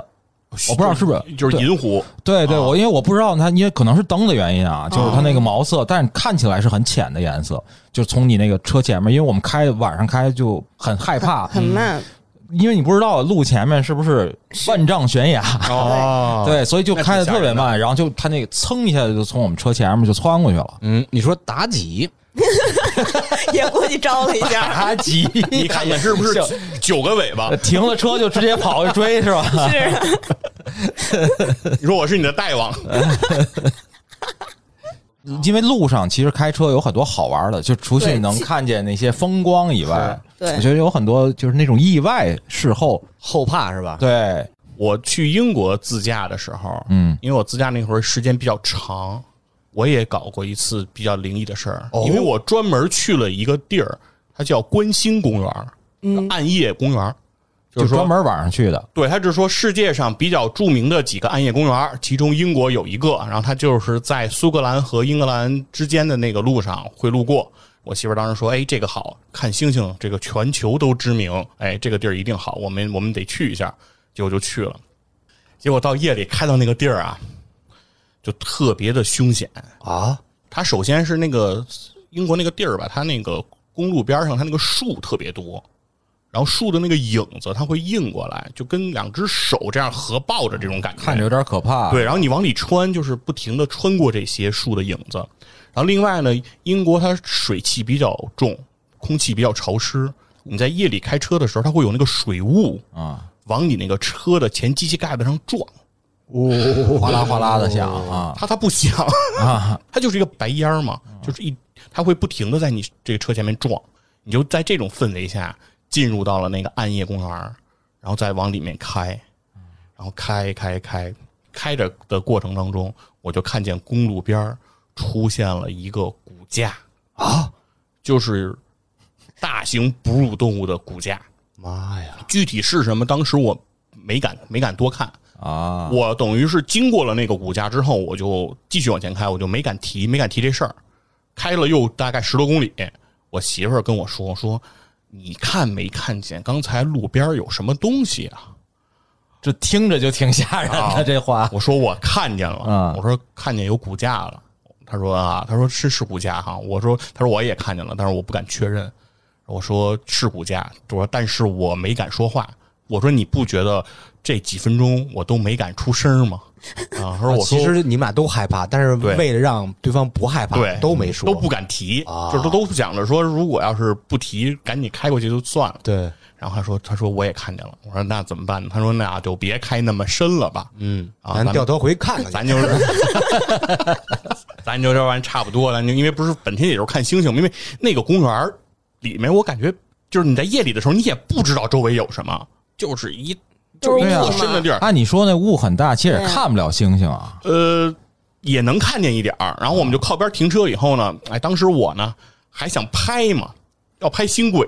[SPEAKER 2] 我不知道是不是
[SPEAKER 5] 就是银狐，
[SPEAKER 2] 对对，
[SPEAKER 5] 啊
[SPEAKER 2] 我因为我不知道它，因为可能是灯的原因啊，就是它那个毛色，但是看起来是很浅的 颜色，就从你那个车前面，因为我们开晚上开就很害怕，
[SPEAKER 3] 很慢，
[SPEAKER 2] 因为你不知道路前面是不是万丈悬崖，
[SPEAKER 5] 哦，
[SPEAKER 2] 对，所以就
[SPEAKER 5] 那挺
[SPEAKER 2] 开的
[SPEAKER 5] 吓
[SPEAKER 2] 特别
[SPEAKER 5] 人的
[SPEAKER 2] 慢，然后就他啊那个噌一下就从我们车前面就窜过去了，
[SPEAKER 4] 嗯，你说妲己，
[SPEAKER 3] 也过去招了一
[SPEAKER 5] 哎
[SPEAKER 2] 妲
[SPEAKER 3] 下，
[SPEAKER 2] 己，
[SPEAKER 5] 你看看是不是九个尾 巴？
[SPEAKER 2] 停了车就直接跑去追是吧？
[SPEAKER 3] 是啊
[SPEAKER 5] 你说我是你的大王，
[SPEAKER 2] 因为路上其实开车有很多好玩的，就除去
[SPEAKER 3] 对
[SPEAKER 2] 能
[SPEAKER 3] 其
[SPEAKER 2] 看见那些风光以外，
[SPEAKER 3] 对
[SPEAKER 2] 我觉得有很多就是那种意外事后，
[SPEAKER 4] 后怕是吧？
[SPEAKER 2] 对，
[SPEAKER 5] 我去英国自驾的时候，
[SPEAKER 2] 嗯，
[SPEAKER 5] 因为我自驾那会儿时间比较长，我也搞过一次比较灵异的事儿，因为我专门去了一个地儿，它叫观星公园，嗯，暗夜公园，就
[SPEAKER 2] 就是
[SPEAKER 5] 说
[SPEAKER 2] 专门晚上去的，
[SPEAKER 5] 对，他是说世界上比较著名的几个暗夜公园，其中英国有一个，然后它就是在苏格兰和英格兰之间的那个路上会路过。我媳妇儿当时说：“哎，这个好看星星，这个全球都知名，哎，这个地儿一定好，我们我们得去一下。”结果就去了，结果到夜里开到那个地儿啊，就特别的凶险。
[SPEAKER 4] 啊，
[SPEAKER 5] 它首先是那个英国那个地儿吧，它那个公路边上，它那个树特别多，然后树的那个影子它会映过来，就跟两只手这样合抱着这种感觉，
[SPEAKER 2] 看着有点可怕。
[SPEAKER 5] 对，然后你往里穿，就是不停的穿过这些树的影子。然后另外呢，英国它水汽比较重，空气比较潮湿，你在夜里开车的时候，它会有那个水雾
[SPEAKER 2] 啊，
[SPEAKER 5] 往你那个车的前机器盖子上撞，
[SPEAKER 2] 哗啦哗啦的响啊
[SPEAKER 5] 它它不响，
[SPEAKER 2] 啊，
[SPEAKER 5] 它就是一个白烟儿嘛，就是一，它会不停的在你这个车前面撞，你就在这种氛围下进入到了那个暗夜公园儿，然后再往里面开，
[SPEAKER 2] 嗯
[SPEAKER 5] 然后开开开，开着的过程当中，我就看见公路边儿出现了一个骨架啊，就是大型哺乳动物的骨架，
[SPEAKER 4] 妈呀！
[SPEAKER 5] 具体是什么，当时我没敢没敢多看，
[SPEAKER 2] 啊！
[SPEAKER 5] 我等于是经过了那个骨架之后，我就继续往前开，我就没敢提，没敢提这事儿。开了又大概十多公里，我媳妇儿跟我说说，你看没看见刚才路边有什么东西啊？
[SPEAKER 2] 这听着就挺吓人
[SPEAKER 5] 啊
[SPEAKER 2] 的这话，
[SPEAKER 5] 我说我看见了，
[SPEAKER 2] 嗯
[SPEAKER 5] 我说看见有骨架了。她说啊，她说是是骨架哈、我说她说我也看见了，但是我不敢确认。我说是骨架，我说但是我没敢说话。我说你不觉得这几分钟我都没敢出声吗？啊，她说我说
[SPEAKER 4] 其实你们俩都害怕，但是
[SPEAKER 5] 对
[SPEAKER 4] 为了让对方不害怕，
[SPEAKER 5] 对，
[SPEAKER 4] 啊都没说，
[SPEAKER 5] 都不敢提，
[SPEAKER 4] 啊
[SPEAKER 5] 就是都都想着说，如果要是不提，赶紧开过去就算了。
[SPEAKER 4] 对，
[SPEAKER 5] 然后他说，他说我也看见了，我说那怎么办呢？他说那就别开那么深了吧，
[SPEAKER 4] 嗯，
[SPEAKER 5] 啊
[SPEAKER 4] 咱
[SPEAKER 5] 咱
[SPEAKER 4] 掉头回看看去，
[SPEAKER 5] 咱就是， 咱就这玩意儿差不多了。因为不是本身也就是看星星，因为那个公园儿里面，我感觉就是你在夜里的时候，你也不知道周围有什么，就是一
[SPEAKER 3] 就是
[SPEAKER 5] 一
[SPEAKER 2] 雾
[SPEAKER 5] 特深的啊地儿，
[SPEAKER 2] 按你说那雾很大，其实也
[SPEAKER 3] 对
[SPEAKER 2] 看不了星星啊。
[SPEAKER 5] 呃，也能看见一点儿。然后我们就靠边停车以后呢，哎，当时我呢还想拍嘛，要拍星轨，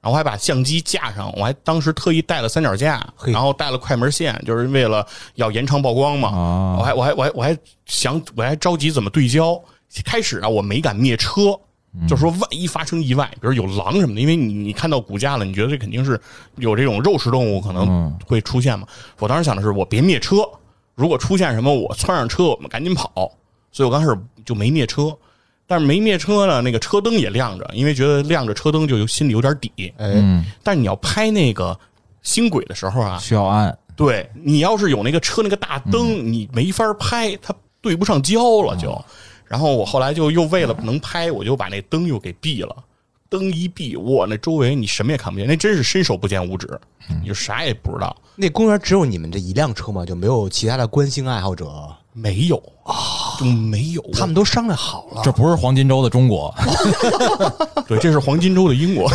[SPEAKER 5] 然后还把相机架上，我还当时特意带了三脚架，
[SPEAKER 4] 嘿
[SPEAKER 5] 然后带了快门线，就是为了要延长曝光嘛。
[SPEAKER 2] 啊
[SPEAKER 5] 我还我还我还我还想我还着急怎么对焦。开始啊，我没敢灭车。
[SPEAKER 2] 嗯
[SPEAKER 5] 就是说，万一发生意外，比如有狼什么的，因为你你看到骨架了，你觉得这肯定是有这种肉食动物可能
[SPEAKER 2] 嗯
[SPEAKER 5] 会出现嘛。我当时想的是，我别灭车，如果出现什么，我窜上车，我们赶紧跑。所以我刚开始就没灭车，但是没灭车呢，那个车灯也亮着，因为觉得亮着车灯就有心里有点底。
[SPEAKER 4] 哎，
[SPEAKER 2] 嗯，
[SPEAKER 5] 但你要拍那个星轨的时候啊，
[SPEAKER 2] 需要按
[SPEAKER 5] 对你要是有那个车那个大灯，你没法拍，它对不上焦了就。然后我后来就又为了能拍，我就把那灯又给闭了。灯一闭，哇，那周围你什么也看不见，那真是伸手不见五指，你就啥也不知道。
[SPEAKER 4] 那公园只有你们这一辆车吗？就没有其他的观星爱好者？
[SPEAKER 5] 没有啊，就没有。
[SPEAKER 4] 他们都商量好了，
[SPEAKER 2] 这不是黄金周的中 国，
[SPEAKER 5] 对，这是黄金周的英国。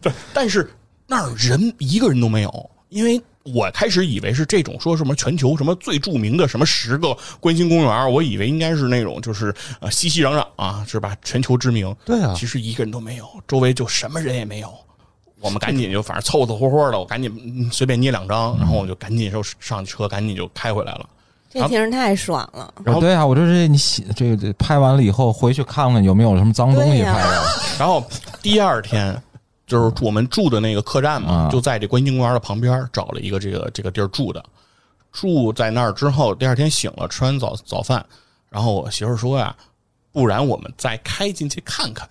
[SPEAKER 5] 对，但是那儿人一个人都没有，因为我开始以为是这种说什么全球什么最著名的什么十个观星公园，我以为应该是那种就是呃熙熙攘攘啊，是吧？全球知名。
[SPEAKER 4] 对啊
[SPEAKER 5] 其实一个人都没有，周围就什么人也没有。我们赶紧就反正凑凑合合的，我赶紧嗯随便捏两张，然后我就赶紧就上车，赶紧就开回来了。
[SPEAKER 3] 这听着太爽了，
[SPEAKER 5] 然后
[SPEAKER 2] 对啊，我这是你洗这个拍完了以后回去看看有没有什么脏东西
[SPEAKER 3] 对呀
[SPEAKER 2] 拍的。
[SPEAKER 5] 然后第二天，就是我们住的那个客栈嘛
[SPEAKER 2] 啊，
[SPEAKER 5] 就在这观景公园的旁边儿找了一个这个这个地儿住的。住在那儿之后，第二天醒了，吃完早早饭，然后我媳妇儿说呀、不然我们再开进去看看。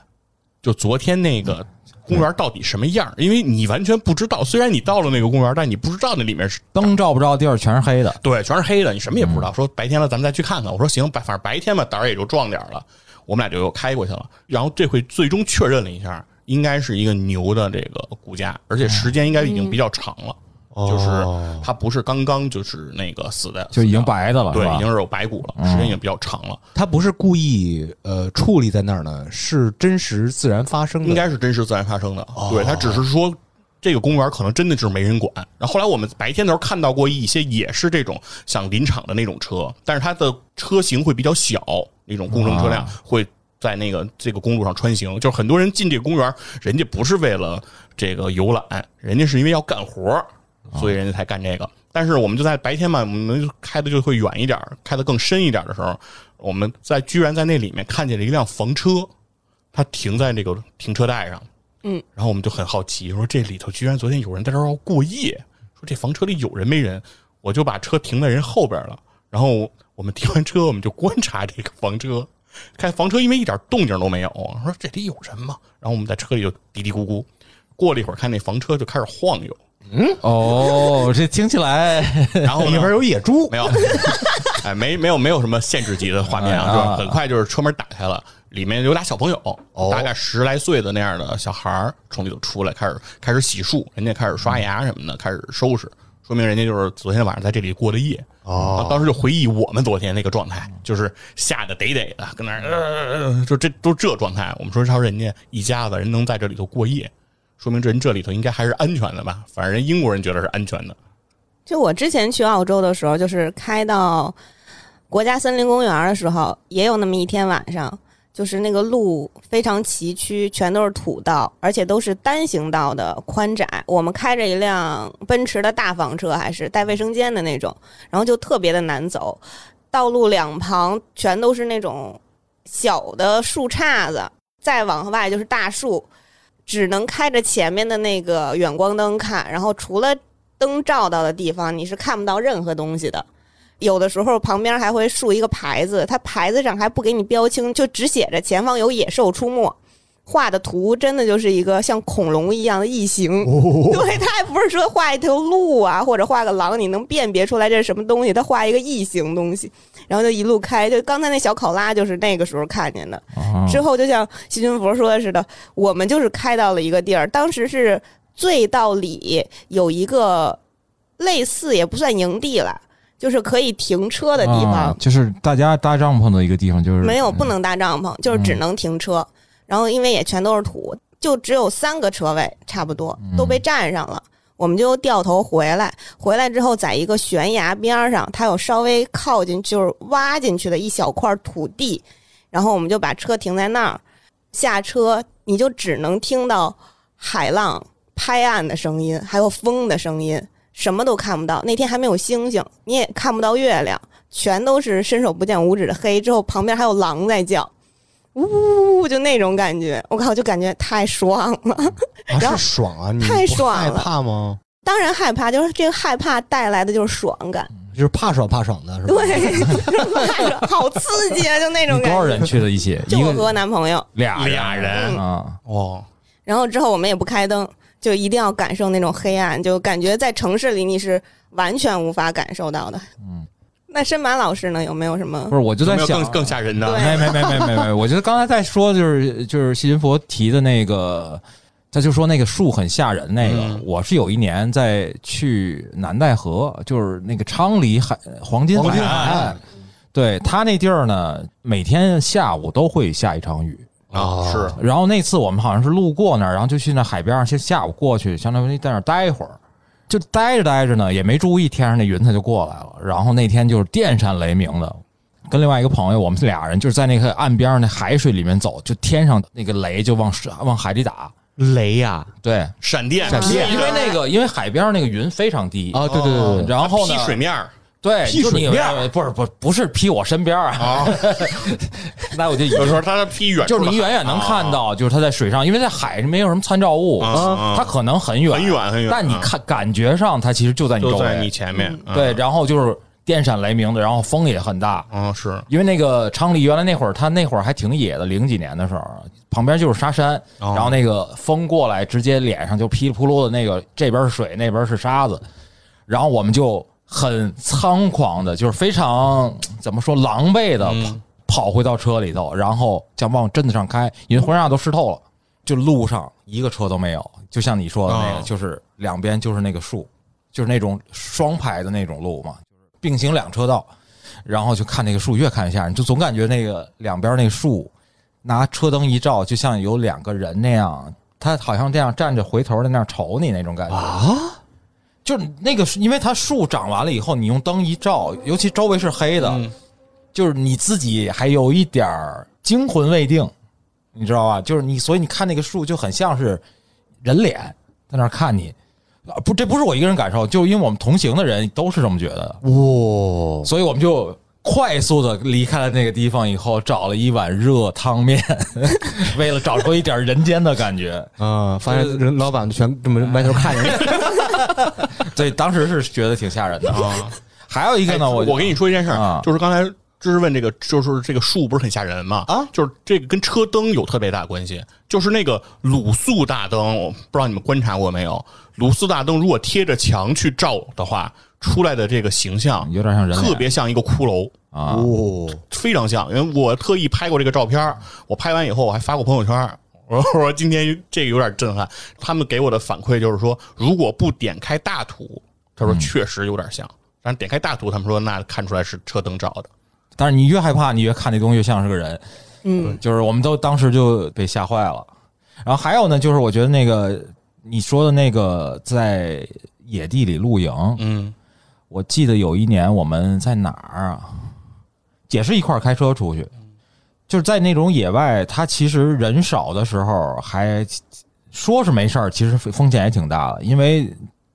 [SPEAKER 5] 就昨天那个公园到底什么样儿，因为你完全不知道。虽然你到了那个公园，但你不知道那里面是
[SPEAKER 2] 灯照不着地儿全是 黑的，
[SPEAKER 5] 对，全是黑的，你什么也不
[SPEAKER 2] 嗯
[SPEAKER 5] 知道。说白天了，咱们再去看看。我说行，白反正白天嘛，胆儿也就壮点儿了。我们俩就又开过去了。然后这回最终确认了一下，应该是一个牛的这个骨架，而且时间应该已经比较长了，
[SPEAKER 4] 哦
[SPEAKER 5] 就是它不是刚刚就是那个死的，
[SPEAKER 2] 哦就已经白的了，
[SPEAKER 5] 对，
[SPEAKER 2] 是吧嗯
[SPEAKER 5] 已经是有白骨了，时间也比较长了，
[SPEAKER 4] 它不是故意呃矗立在那儿呢，是真实自然发生的。
[SPEAKER 5] 应该是真实自然发生的。对，它只是说。这个公园可能真的就是没人管。然后后来我们白天的时候看到过一些也是这种像林场的那种车，但是它的车型会比较小，那种公众车辆会在那个这个公路上穿行。就是很多人进这个公园，人家不是为了这个游览，人家是因为要干活儿，所以人家才干这个。但是我们就在白天嘛，我们就开的就会远一点儿，开的更深一点儿的时候，我们在居然在那里面看见了一辆房车，它停在这个停车带上。然后我们就很好奇，说这里头居然昨天有人在这儿要过夜，说这房车里有人没人，我就把车停在人后边了。然后我们停完车，我们就观察这个房车，看房车因为一点动静都没有，说这里有人吗？然后我们在车里就嘀嘀咕咕。过了一会儿，看那房车就开始晃悠，
[SPEAKER 2] 哦，这听起来哎
[SPEAKER 5] 然后呢
[SPEAKER 4] 里边有野猪
[SPEAKER 5] 没，有，哎，没没有没有什么限制级的画面啊，
[SPEAKER 2] 啊
[SPEAKER 5] 就是很快就是车门打开了，里面有俩小朋友，
[SPEAKER 4] 哦
[SPEAKER 5] 大概十来岁的那样的小孩儿从里头出来，开始开始洗漱，人家开始刷牙什么的，开始收拾，说明人家就是昨天晚上在这里过的夜。
[SPEAKER 4] 哦
[SPEAKER 5] 当时就回忆我们昨天那个状态，就是吓得得得的，跟那儿、呃，就这都这状态。我们说，要人家一家子人能在这里头过夜，说明这人这里头应该还是安全的吧？反正人英国人觉得是安全的。
[SPEAKER 3] 就我之前去澳洲的时候，就是开到国家森林公园的时候，也有那么一天晚上，就是那个路非常崎岖，全都是土道，而且都是单行道的宽窄。我们开着一辆奔驰的大房车，还是带卫生间的那种，然后就特别的难走，道路两旁全都是那种小的树杈子，再往外就是大树。只能开着前面的那个远光灯看，然后除了灯照到的地方，你是看不到任何东西的。有的时候旁边还会竖一个牌子，它牌子上还不给你标清，就只写着前方有野兽出没。画的图真的就是一个像恐龙一样的异形，对，它还不是说画一条鹿啊，或者画个狼，你能辨别出来这是什么东西？它画一个异形东西，然后就一路开，就刚才那小考拉就是那个时候看见的。
[SPEAKER 2] 啊嗯
[SPEAKER 3] 之后就像细菌佛说的似的，我们就是开到了一个地儿，当时是隧道里有一个类似也不算营地了，就是可以停车的地方
[SPEAKER 2] 啊，就是大家搭帐篷的一个地方，就是
[SPEAKER 3] 没有不能搭帐篷，就是只
[SPEAKER 2] 嗯
[SPEAKER 3] 能停车。然后因为也全都是土，就只有三个车位，差不多都被占上了。我们就掉头回来，回来之后在一个悬崖边儿上，它有稍微靠近，就是挖进去的一小块土地，然后我们就把车停在那儿。下车你就只能听到海浪拍岸的声音，还有风的声音，什么都看不到。那天还没有星星，你也看不到月亮，全都是伸手不见五指的黑。之后旁边还有狼在叫，呜呜呜，就那种感觉，我靠，就感觉太爽了。
[SPEAKER 4] 啊
[SPEAKER 3] 然后
[SPEAKER 4] 是爽啊！你
[SPEAKER 3] 太
[SPEAKER 4] 不
[SPEAKER 3] 爽
[SPEAKER 4] 害
[SPEAKER 3] 了
[SPEAKER 4] 怕吗？
[SPEAKER 3] 当然害怕，就是这个害怕带来的就是爽感，
[SPEAKER 4] 就是怕爽怕爽的是吧？
[SPEAKER 3] 对， 就是害怕好刺激啊，就
[SPEAKER 2] 嗯。
[SPEAKER 3] 那种
[SPEAKER 2] 你多
[SPEAKER 3] 感
[SPEAKER 2] 少
[SPEAKER 3] 觉。
[SPEAKER 2] 人去的一起？
[SPEAKER 3] 就
[SPEAKER 2] 一
[SPEAKER 3] 我和我
[SPEAKER 2] 个
[SPEAKER 3] 男朋友，
[SPEAKER 2] 俩
[SPEAKER 5] 俩人
[SPEAKER 2] 啊，
[SPEAKER 5] 哦，
[SPEAKER 3] 然后之后我们也不开灯，就一定要感受那种黑暗，就感觉在城市里你是完全无法感受到的。
[SPEAKER 2] 嗯，
[SPEAKER 3] 那申马老师呢，有没有什么
[SPEAKER 2] 不？是，我就
[SPEAKER 5] 有
[SPEAKER 2] 在
[SPEAKER 5] 没有
[SPEAKER 2] 想
[SPEAKER 5] 更更吓人的？
[SPEAKER 3] 对
[SPEAKER 2] 啊没没没没没没，我觉得刚才在说就是就是西云佛提的那个，他就说那个树很吓人那个，
[SPEAKER 5] 嗯
[SPEAKER 2] 我是有一年在去南戴河，就是那个昌黎海黄金
[SPEAKER 4] 黄金
[SPEAKER 2] 海
[SPEAKER 4] 海岸
[SPEAKER 2] 对他那地儿呢，每天下午都会下一场雨。
[SPEAKER 5] 啊，是
[SPEAKER 2] 然后那次我们好像是路过那儿，然后就去那海边上，先下午过去，相当于在那儿待一会儿，就待着待着呢，也没注意天上那云，它就过来了。然后那天就是电闪雷鸣的，跟另外一个朋友，我们俩人就是在那个岸边上那海水里面走，就天上那个雷就往水往海里打，
[SPEAKER 4] 雷呀！
[SPEAKER 2] 对，
[SPEAKER 5] 闪电，
[SPEAKER 3] 闪电
[SPEAKER 5] 劈
[SPEAKER 2] 因为那个因为海边上那个云非常低
[SPEAKER 4] 啊，对对对对对，
[SPEAKER 2] 然后呢
[SPEAKER 5] 劈，水面儿
[SPEAKER 2] 对，
[SPEAKER 4] 劈
[SPEAKER 2] 就你
[SPEAKER 4] 水面儿
[SPEAKER 2] 不是不是不是劈我身边儿啊，
[SPEAKER 5] 啊，
[SPEAKER 2] 那我就以
[SPEAKER 5] 哦有时候它劈远处
[SPEAKER 2] 就
[SPEAKER 5] 了，
[SPEAKER 2] 是你远远能看到，就是它在水上，因为在海是没有什么参照物，
[SPEAKER 5] 啊啊
[SPEAKER 2] 它可能很远
[SPEAKER 5] 很远很远啊
[SPEAKER 2] 但你看感觉上它其实就在你
[SPEAKER 5] 就
[SPEAKER 2] 周
[SPEAKER 5] 在你
[SPEAKER 2] 围，
[SPEAKER 5] 前面，嗯
[SPEAKER 2] 对，，然后就是。电闪雷鸣的，然后风也很大。
[SPEAKER 5] 嗯， 是
[SPEAKER 2] 因为那个昌黎原来那会儿，他那会儿还挺野的，零几年的时候，旁边就是沙山，
[SPEAKER 5] 哦
[SPEAKER 2] 然后那个风过来，直接脸上就噼里扑噜的那个，这边是水，那边是沙子，然后我们就很仓皇的，就是非常怎么说狼狈的
[SPEAKER 5] 嗯
[SPEAKER 2] 跑跑回到车里头，然后想往镇子上开，因为婚纱都湿透了，就路上一个车都没有，就像你说的那个，
[SPEAKER 5] 哦
[SPEAKER 2] 就是两边就是那个树，就是那种双排的那种路嘛，就是并行两车道。然后就看那个树，越看越吓人，就总感觉那个两边那树，拿车灯一照，就像有两个人那样，他好像这样站着回头在那儿瞅你那种感觉啊。就是那个，因为它树长完了以后，你用灯一照，尤其周围是黑的，
[SPEAKER 5] 嗯
[SPEAKER 2] 就是你自己还有一点儿惊魂未定，你知道吧？就是你，所以你看那个树就很像是人脸在那儿看你。啊不，这不是我一个人感受，就因为我们同行的人都是这么觉得。
[SPEAKER 4] 哇，
[SPEAKER 2] 所以我们就快速的离开了那个地方以后，找了一碗热汤面， 为了找出一点人间的感 觉。
[SPEAKER 4] 啊，发现人老板全这么歪头看着你，
[SPEAKER 2] 对，当时是觉得挺吓人的。
[SPEAKER 5] 啊。
[SPEAKER 2] 还有一个呢，
[SPEAKER 5] 哎
[SPEAKER 2] 我
[SPEAKER 5] 我跟你说一件事
[SPEAKER 2] 啊
[SPEAKER 5] 儿，就是刚才知识问这个，就是这个树不是很吓人吗？
[SPEAKER 4] 啊，
[SPEAKER 5] 就是这个跟车灯有特别大关系，就是那个卤素大灯，我不知道你们观察过没有？卤素大灯如果贴着墙去照的话，出来的这个形象
[SPEAKER 2] 有点像人脸
[SPEAKER 5] 特别像一个骷髅。
[SPEAKER 2] 啊，
[SPEAKER 4] 哦，
[SPEAKER 5] 非常像，因为我特意拍过这个照片儿，我拍完以后我还发过朋友圈儿。 我说我说今天这个有点震撼，他们给我的反馈就是说，如果不点开大图，他说确实有点像，但是点开大图，他们说那看出来是车灯照的。
[SPEAKER 2] 但是你越害怕，你越看那东西越像是个人。
[SPEAKER 3] 嗯，
[SPEAKER 2] 就是我们都当时就被吓坏了。然后还有呢，就是我觉得那个你说的那个在野地里露营，
[SPEAKER 5] 嗯
[SPEAKER 2] 我记得有一年我们在哪儿啊，也是一块儿开车出去，就是在那种野外，它其实人少的时候还说是没事儿，其实风险也挺大的，因为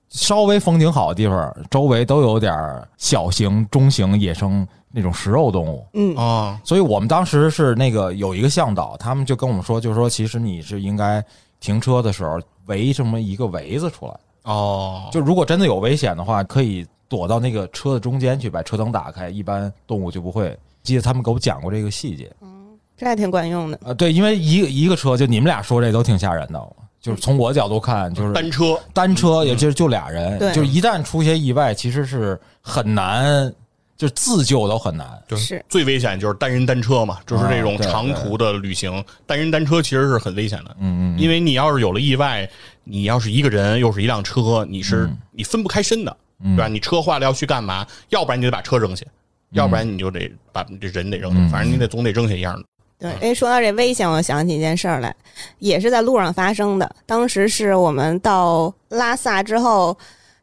[SPEAKER 2] 稍微风景好的地方，周围都有点儿小型、中型野生那种食肉动物。
[SPEAKER 3] 嗯
[SPEAKER 5] 啊，
[SPEAKER 2] 所以我们当时是那个有一个向导，他们就跟我们说，就是说其实你是应该停车的时候围这么一个围子出来。
[SPEAKER 5] 哦，
[SPEAKER 2] 就如果真的有危险的话，可以躲到那个车的中间去，把车灯打开，一般动物就不会。记得他们给我讲过这个细节。
[SPEAKER 3] 这还挺管用的。
[SPEAKER 2] 呃，对，因为一个一个车，就你们俩说这都挺吓人的，就是从我角度看，就是
[SPEAKER 5] 单车
[SPEAKER 2] 单车，也就是就俩人，
[SPEAKER 3] 对
[SPEAKER 2] 就是一旦出些意外，其实是很难，就是自救都很难。
[SPEAKER 5] 就是最危险就是单人单车嘛，就是这
[SPEAKER 2] 啊
[SPEAKER 5] 种
[SPEAKER 2] 对
[SPEAKER 5] 长途的旅行，单人单车其实是很危险的。
[SPEAKER 2] 嗯嗯
[SPEAKER 5] 因为你要是有了意外，你要是一个人又是一辆车，你是、你分不开身的，
[SPEAKER 2] 嗯
[SPEAKER 5] 对吧？你车坏了要去干嘛？要不然你得把车扔下，
[SPEAKER 2] 嗯
[SPEAKER 5] 要不然你就得把这人得扔下，反正你得总得扔下一样的。
[SPEAKER 3] 对，哎，说到这危险，我想起一件事儿来，也是在路上发生的。当时是我们到拉萨之后，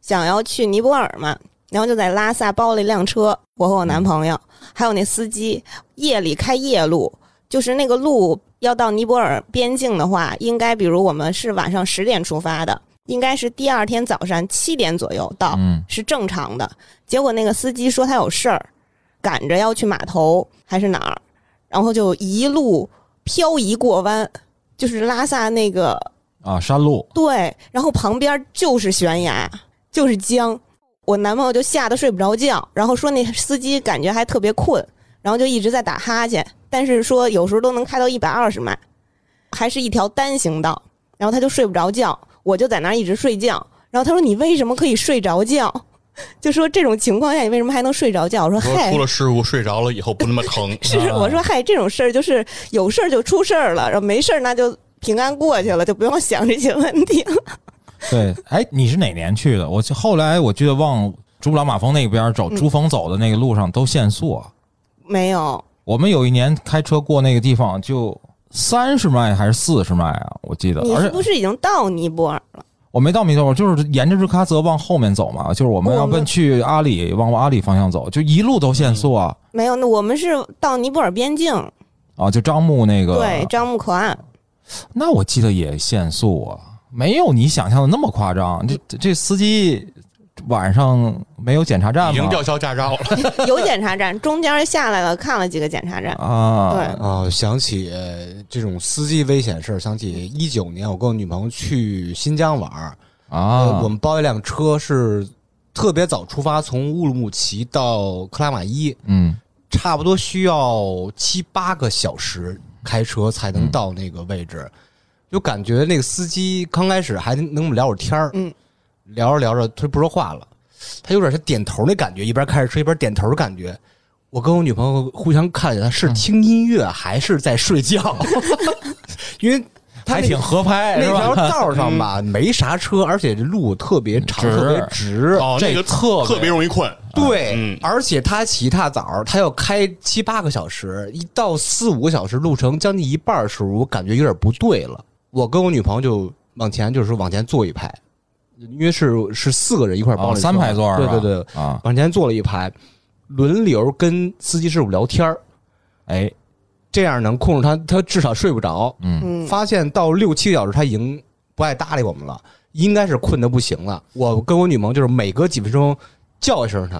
[SPEAKER 3] 想要去尼泊尔嘛，然后就在拉萨包了一辆车，我和我男朋友还有那司机，夜里开夜路，就是那个路要到尼泊尔边境的话，应该比如我们是晚上十点出发的，应该是第二天早上七点左右到。
[SPEAKER 2] 嗯
[SPEAKER 3] 是正常的。结果那个司机说他有事儿，赶着要去码头还是哪儿，然后就一路漂移过弯，就是拉萨那个
[SPEAKER 2] 啊，山路
[SPEAKER 3] 对，然后旁边就是悬崖，就是江。我男朋友就吓得睡不着觉，然后说那司机感觉还特别困，然后就一直在打哈欠，但是说有时候都能开到一百二十迈，还是一条单行道，然后他就睡不着觉，我就在那儿一直睡觉。然后他说：“你为什么可以睡着觉？” 就说这种情况下你为什么还能睡着觉？我
[SPEAKER 2] 嗯
[SPEAKER 3] 说：“
[SPEAKER 5] 说
[SPEAKER 3] 嗨，，
[SPEAKER 5] 出了事故睡着了以后不那么 疼
[SPEAKER 3] 是
[SPEAKER 2] 啊
[SPEAKER 3] 我说嗨，这种事儿就是有事儿就出事儿了，然后没事儿那就平安过去了，就不用想这些问题了。
[SPEAKER 2] 对，哎，你是哪年去的？我就后来我记得往珠穆朗玛峰那边走，
[SPEAKER 3] 嗯
[SPEAKER 2] 珠峰走的那个路上都限速啊。”
[SPEAKER 3] 没有，
[SPEAKER 2] 我们有一年开车过那个地方，就三十迈还是四十迈啊？我记得，
[SPEAKER 3] 你
[SPEAKER 2] 而
[SPEAKER 3] 是
[SPEAKER 2] 且
[SPEAKER 3] 不是已经到尼泊尔了？
[SPEAKER 2] 我没到米特尔，就是沿着日喀则往后面走嘛，就是我们要
[SPEAKER 3] 我们
[SPEAKER 2] 奔去阿里，往阿里方向走，就一路都限速啊、
[SPEAKER 3] 没有，那我们是到尼泊尔边境，
[SPEAKER 2] 啊！就樟木那个，
[SPEAKER 3] 嗯对，樟木口岸。
[SPEAKER 2] 那我记得也限速啊，没有你想象的那么夸张。这这这司机晚上没有检查站
[SPEAKER 5] 已经
[SPEAKER 2] 吗？
[SPEAKER 5] 吊销驾照了。
[SPEAKER 3] 有检查站， 中间下来了，看了几个检查站。
[SPEAKER 2] 啊，
[SPEAKER 3] 对
[SPEAKER 4] 啊，想起呃这种司机危险事儿，想起一呃九年我跟我女朋友去新疆玩儿，
[SPEAKER 2] 啊，
[SPEAKER 4] 呃我们包一辆车是特别早出发，从乌鲁木齐到克拉玛依，
[SPEAKER 2] 嗯
[SPEAKER 4] 差不多需要七八个小时开车才能到那个位置，就感觉那个司机刚开始还能跟我们聊会儿天儿，
[SPEAKER 3] 嗯，
[SPEAKER 4] 聊着聊着他就不说话了，他有点是点头那感觉，一边开着车一边点头的感觉。我跟我女朋友互相看了一下，
[SPEAKER 2] 嗯
[SPEAKER 4] 是听音乐还是在睡觉？ 因为他
[SPEAKER 2] 还
[SPEAKER 4] 那个
[SPEAKER 2] 挺合拍
[SPEAKER 4] 那
[SPEAKER 2] 哎是
[SPEAKER 4] 条
[SPEAKER 2] 吧？嗯
[SPEAKER 4] 道上吧，没啥车，而且这路特别长，
[SPEAKER 2] 直
[SPEAKER 4] 特别直。
[SPEAKER 5] 哦，那
[SPEAKER 2] 这
[SPEAKER 5] 个
[SPEAKER 2] 特别
[SPEAKER 5] 特别容易困，
[SPEAKER 4] 对，
[SPEAKER 5] 嗯
[SPEAKER 4] 而且他起一大早，他要开七八个小时，一到四五个小时路程，将近一半的时候，我感觉有点不对了。我跟我女朋友就往前，就是往前坐一排，因为是是四个人一块儿包、
[SPEAKER 2] 哦，三排座儿
[SPEAKER 4] 对
[SPEAKER 2] 是吧，
[SPEAKER 4] 对对，
[SPEAKER 2] 啊，
[SPEAKER 4] 往前坐了一排，轮流跟司机师傅聊天儿
[SPEAKER 2] 哎，
[SPEAKER 4] 这样能控制他，他至少睡不着。
[SPEAKER 2] 嗯
[SPEAKER 3] 嗯，
[SPEAKER 4] 发现到六七个小时，他已经不爱搭理我们了，应该是困得不行了。我跟我女朋友就是每隔几分钟叫一声他，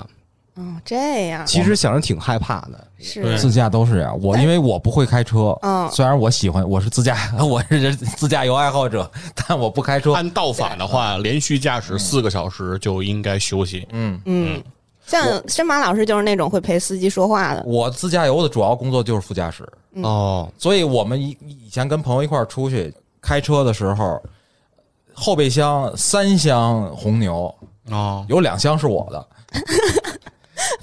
[SPEAKER 3] 哦，这样
[SPEAKER 4] 其实想着挺害怕的。
[SPEAKER 5] 对哎
[SPEAKER 3] 是，
[SPEAKER 2] 自驾都是这样，我因为我不会开车，
[SPEAKER 3] 嗯
[SPEAKER 2] 虽然我喜欢，我是自驾， 我是自驾游爱好者，但我不开车，
[SPEAKER 5] 按道法的话，连续驾驶四个小时就应该休息。
[SPEAKER 2] 哎嗯。
[SPEAKER 3] 嗯，像申马老师就是那种会陪司机说话的，
[SPEAKER 2] 我自驾游的主要工作就是副驾驶，
[SPEAKER 3] 嗯
[SPEAKER 4] 哦，
[SPEAKER 2] 所以我们以以前跟朋友一块儿出去开车的时候，后备箱三箱红牛，
[SPEAKER 5] 哦，
[SPEAKER 2] 有两箱是我的。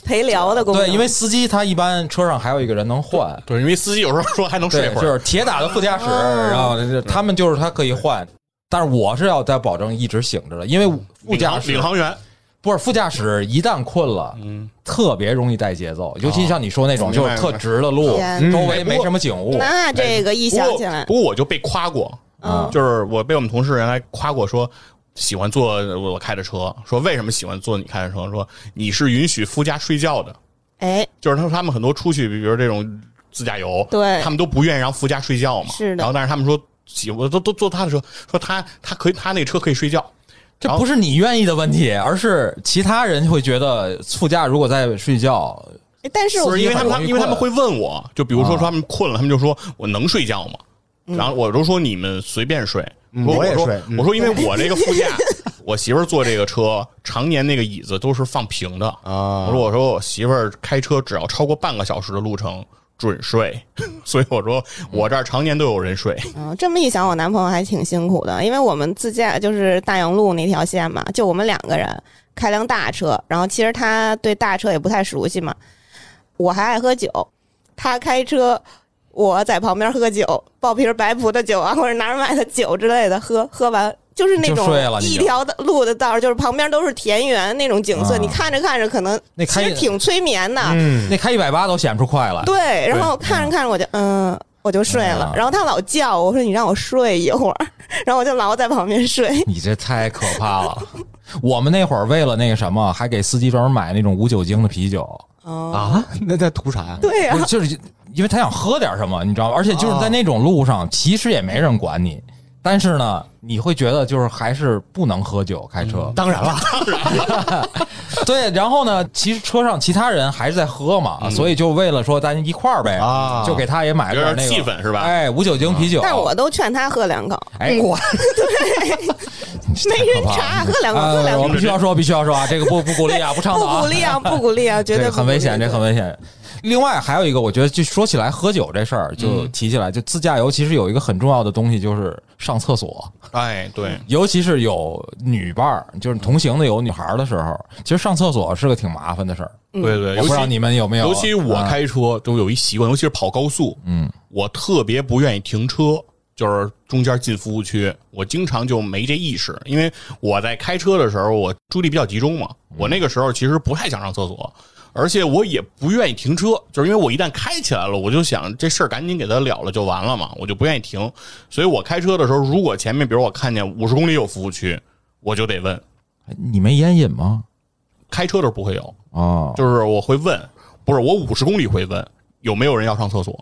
[SPEAKER 3] 陪聊的工作。
[SPEAKER 2] 对，因为司机他一般车上还有一个人能换，
[SPEAKER 5] 对，因为司机有时候说还能睡
[SPEAKER 2] 对，
[SPEAKER 5] 会
[SPEAKER 2] 就
[SPEAKER 5] 儿，
[SPEAKER 2] 是铁打的副驾驶，
[SPEAKER 5] 啊
[SPEAKER 2] 然后就是他们就是他可以换，但是我是要在保证一直醒着的，因为副
[SPEAKER 5] 领
[SPEAKER 2] 驾
[SPEAKER 5] 航
[SPEAKER 2] 驶
[SPEAKER 5] 领航员，
[SPEAKER 2] 不是副驾驶一旦困了，
[SPEAKER 5] 嗯，
[SPEAKER 2] 特别容易带节奏，尤其像你说那种
[SPEAKER 5] 哦
[SPEAKER 2] 就是特直的路，
[SPEAKER 3] 天
[SPEAKER 2] 周围没什么景物，
[SPEAKER 3] 那这个一
[SPEAKER 5] 不
[SPEAKER 3] 想
[SPEAKER 5] 过
[SPEAKER 3] 起来
[SPEAKER 5] 不，过我就被夸过，
[SPEAKER 2] 嗯
[SPEAKER 5] 就是我被我们同事原来夸过说。喜欢坐我开的车，说为什么喜欢坐你开的车？说你是允许副驾睡觉的，
[SPEAKER 3] 哎，
[SPEAKER 5] 就是他说他们很多出去，比如这种自驾游，
[SPEAKER 3] 对
[SPEAKER 5] 他们都不愿意让副驾睡觉嘛。
[SPEAKER 3] 是的
[SPEAKER 5] 然后但是他们说喜我都都坐他的车，说他他可以他那车可以睡觉，
[SPEAKER 2] 这
[SPEAKER 5] 然后
[SPEAKER 2] 不是你愿意的问题，而是其他人会觉得副驾如果在睡觉，
[SPEAKER 3] 哎但是
[SPEAKER 5] 不
[SPEAKER 3] 我
[SPEAKER 5] 是因为他
[SPEAKER 2] 很
[SPEAKER 5] 们他
[SPEAKER 2] 容
[SPEAKER 5] 们
[SPEAKER 2] 易
[SPEAKER 5] 因为他们会
[SPEAKER 2] 困
[SPEAKER 5] 问我，就比如说
[SPEAKER 2] 啊嗯
[SPEAKER 5] 说他们困了，他们就说我能睡觉吗？然后我就说你们随便睡，说
[SPEAKER 4] 我也
[SPEAKER 5] 说
[SPEAKER 4] 睡嗯
[SPEAKER 5] 我说因为我这个副驾， 我媳妇儿坐这个车，常年那个椅子都是放平的我
[SPEAKER 4] 啊
[SPEAKER 5] 说我说我媳妇儿开车只要超过半个小时的路程准睡，所以我说我这儿常年都有人睡。
[SPEAKER 3] 嗯，这么一想，我男朋友还挺辛苦的，因为我们自驾就是大洋路那条线嘛，就我们两个人开辆大车，然后其实他对大车也不太熟悉嘛，我还爱喝酒，他开车，我在旁边喝酒，抱瓶白葡萄酒啊，或者哪儿买的酒之类的喝，喝完就是那
[SPEAKER 2] 就
[SPEAKER 3] 种
[SPEAKER 2] 睡了你
[SPEAKER 3] 一
[SPEAKER 2] 就
[SPEAKER 3] 条的路的道儿，就是旁边都是田园那种景色，
[SPEAKER 2] 啊
[SPEAKER 3] 你看着看着可能
[SPEAKER 2] 那
[SPEAKER 3] 其
[SPEAKER 2] 开
[SPEAKER 3] 实挺催眠的，
[SPEAKER 4] 嗯，
[SPEAKER 2] 那开一百八都显不出快来。
[SPEAKER 3] 对，然后看着看着我就嗯。我就睡了
[SPEAKER 2] 啊，
[SPEAKER 3] 然后他老叫我说：“你让我睡一会儿。” 然后我就老在旁边睡。
[SPEAKER 2] 你这太可怕了！我们那会儿为了那个什么，还给司机专门买那种无酒精的啤酒，
[SPEAKER 3] 哦，
[SPEAKER 4] 啊，那在图啥呀？
[SPEAKER 3] 对呀、
[SPEAKER 2] 不是就是因为他想喝点什么，你知道吗？而且
[SPEAKER 5] 哦
[SPEAKER 2] 就是在那种路上，其实也没人管你，但是呢，你会觉得就是还是不能喝酒开
[SPEAKER 5] 嗯
[SPEAKER 2] 车。
[SPEAKER 4] 当然了，
[SPEAKER 2] 对，然后呢，其实车上其他人还是在喝嘛，所以就为了说咱一块儿呗，
[SPEAKER 4] 啊
[SPEAKER 2] 就给他也买了
[SPEAKER 5] 嗯有
[SPEAKER 2] 点那
[SPEAKER 5] 点
[SPEAKER 2] 个
[SPEAKER 5] 气氛是吧啊
[SPEAKER 2] 哎，无酒精啤酒。
[SPEAKER 3] 但是我都劝他喝两口，
[SPEAKER 2] 哎，我
[SPEAKER 3] 没人查，喝两口，喝两
[SPEAKER 2] 呃我
[SPEAKER 3] 口，
[SPEAKER 2] 必须要说，必须要说啊，这个不不鼓励啊，不倡导、啊，
[SPEAKER 3] 不鼓 励啊，不鼓励啊，绝
[SPEAKER 2] 这
[SPEAKER 3] 对
[SPEAKER 2] 个
[SPEAKER 3] 不
[SPEAKER 2] 很
[SPEAKER 3] 鼓
[SPEAKER 2] 危
[SPEAKER 3] 励
[SPEAKER 2] 险，这
[SPEAKER 3] 对
[SPEAKER 2] 很危险。另外还有一个，我觉得就说起来喝酒这事儿，就
[SPEAKER 3] 嗯
[SPEAKER 2] 提起来，就自驾游其实有一个很重要的东西，就是上厕所，
[SPEAKER 5] 哎，对，
[SPEAKER 2] 尤其是有女伴儿，就是同行的有女孩儿的时候，其实上厕所是个挺麻烦的事儿。
[SPEAKER 5] 对对，
[SPEAKER 2] 嗯我
[SPEAKER 5] 尤
[SPEAKER 2] 不知道
[SPEAKER 5] 其
[SPEAKER 2] 你们有没有，
[SPEAKER 5] 尤其我
[SPEAKER 2] 啊
[SPEAKER 5] 开车都有一习惯，尤其是跑高速，
[SPEAKER 2] 嗯，
[SPEAKER 5] 我特别不愿意停车，就是中间进服务区，我经常就没这意识，因为我在开车的时候，我注意力比较集中嘛，
[SPEAKER 2] 嗯
[SPEAKER 5] 我那个时候其实不太想上厕所，而且我也不愿意停车，就是因为我一旦开起来了，我就想这事儿赶紧给它了了就完了嘛，我就不愿意停，所以我开车的时候，如果前面比如我看见五十公里有服务区，我就得问，
[SPEAKER 2] 你没烟瘾吗？
[SPEAKER 5] 开车的时候不会有，
[SPEAKER 2] 哦，
[SPEAKER 5] 就是我会问，不是我五十公里会问有没有人要上厕所。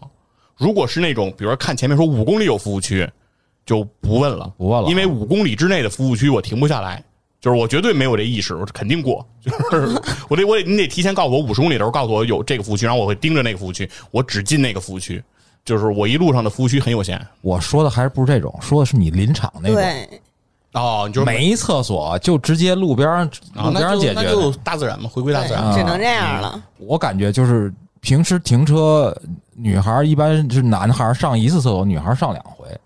[SPEAKER 5] 如果是那种，比如说看前面说五公里有服务区，就不问了，
[SPEAKER 2] 不问了啊
[SPEAKER 5] 因为五公里之内的服务区我停不下来，就是我绝对没有这意识，我肯定过， 就是我得我得你得提前告诉我五十公里的时候告诉我有这个服务区，然后我会盯着那个服务区，我只进那个服务区，就是我一路上的服务区很有限
[SPEAKER 2] 我说的还是不是这种，说的是你临场那种。
[SPEAKER 3] 对，
[SPEAKER 5] 哦，你就是
[SPEAKER 2] 没厕所就直接路边儿
[SPEAKER 5] 啊，
[SPEAKER 2] 路边
[SPEAKER 5] 那
[SPEAKER 2] 儿
[SPEAKER 5] 就
[SPEAKER 2] 解
[SPEAKER 5] 那
[SPEAKER 2] 决
[SPEAKER 5] 就
[SPEAKER 2] 的。
[SPEAKER 5] 大自然嘛，回归大自然。
[SPEAKER 2] 啊
[SPEAKER 3] 只能这样了。
[SPEAKER 2] 我感觉就是平时停车，女孩儿一般是男孩儿上一次厕所，女孩儿上两回。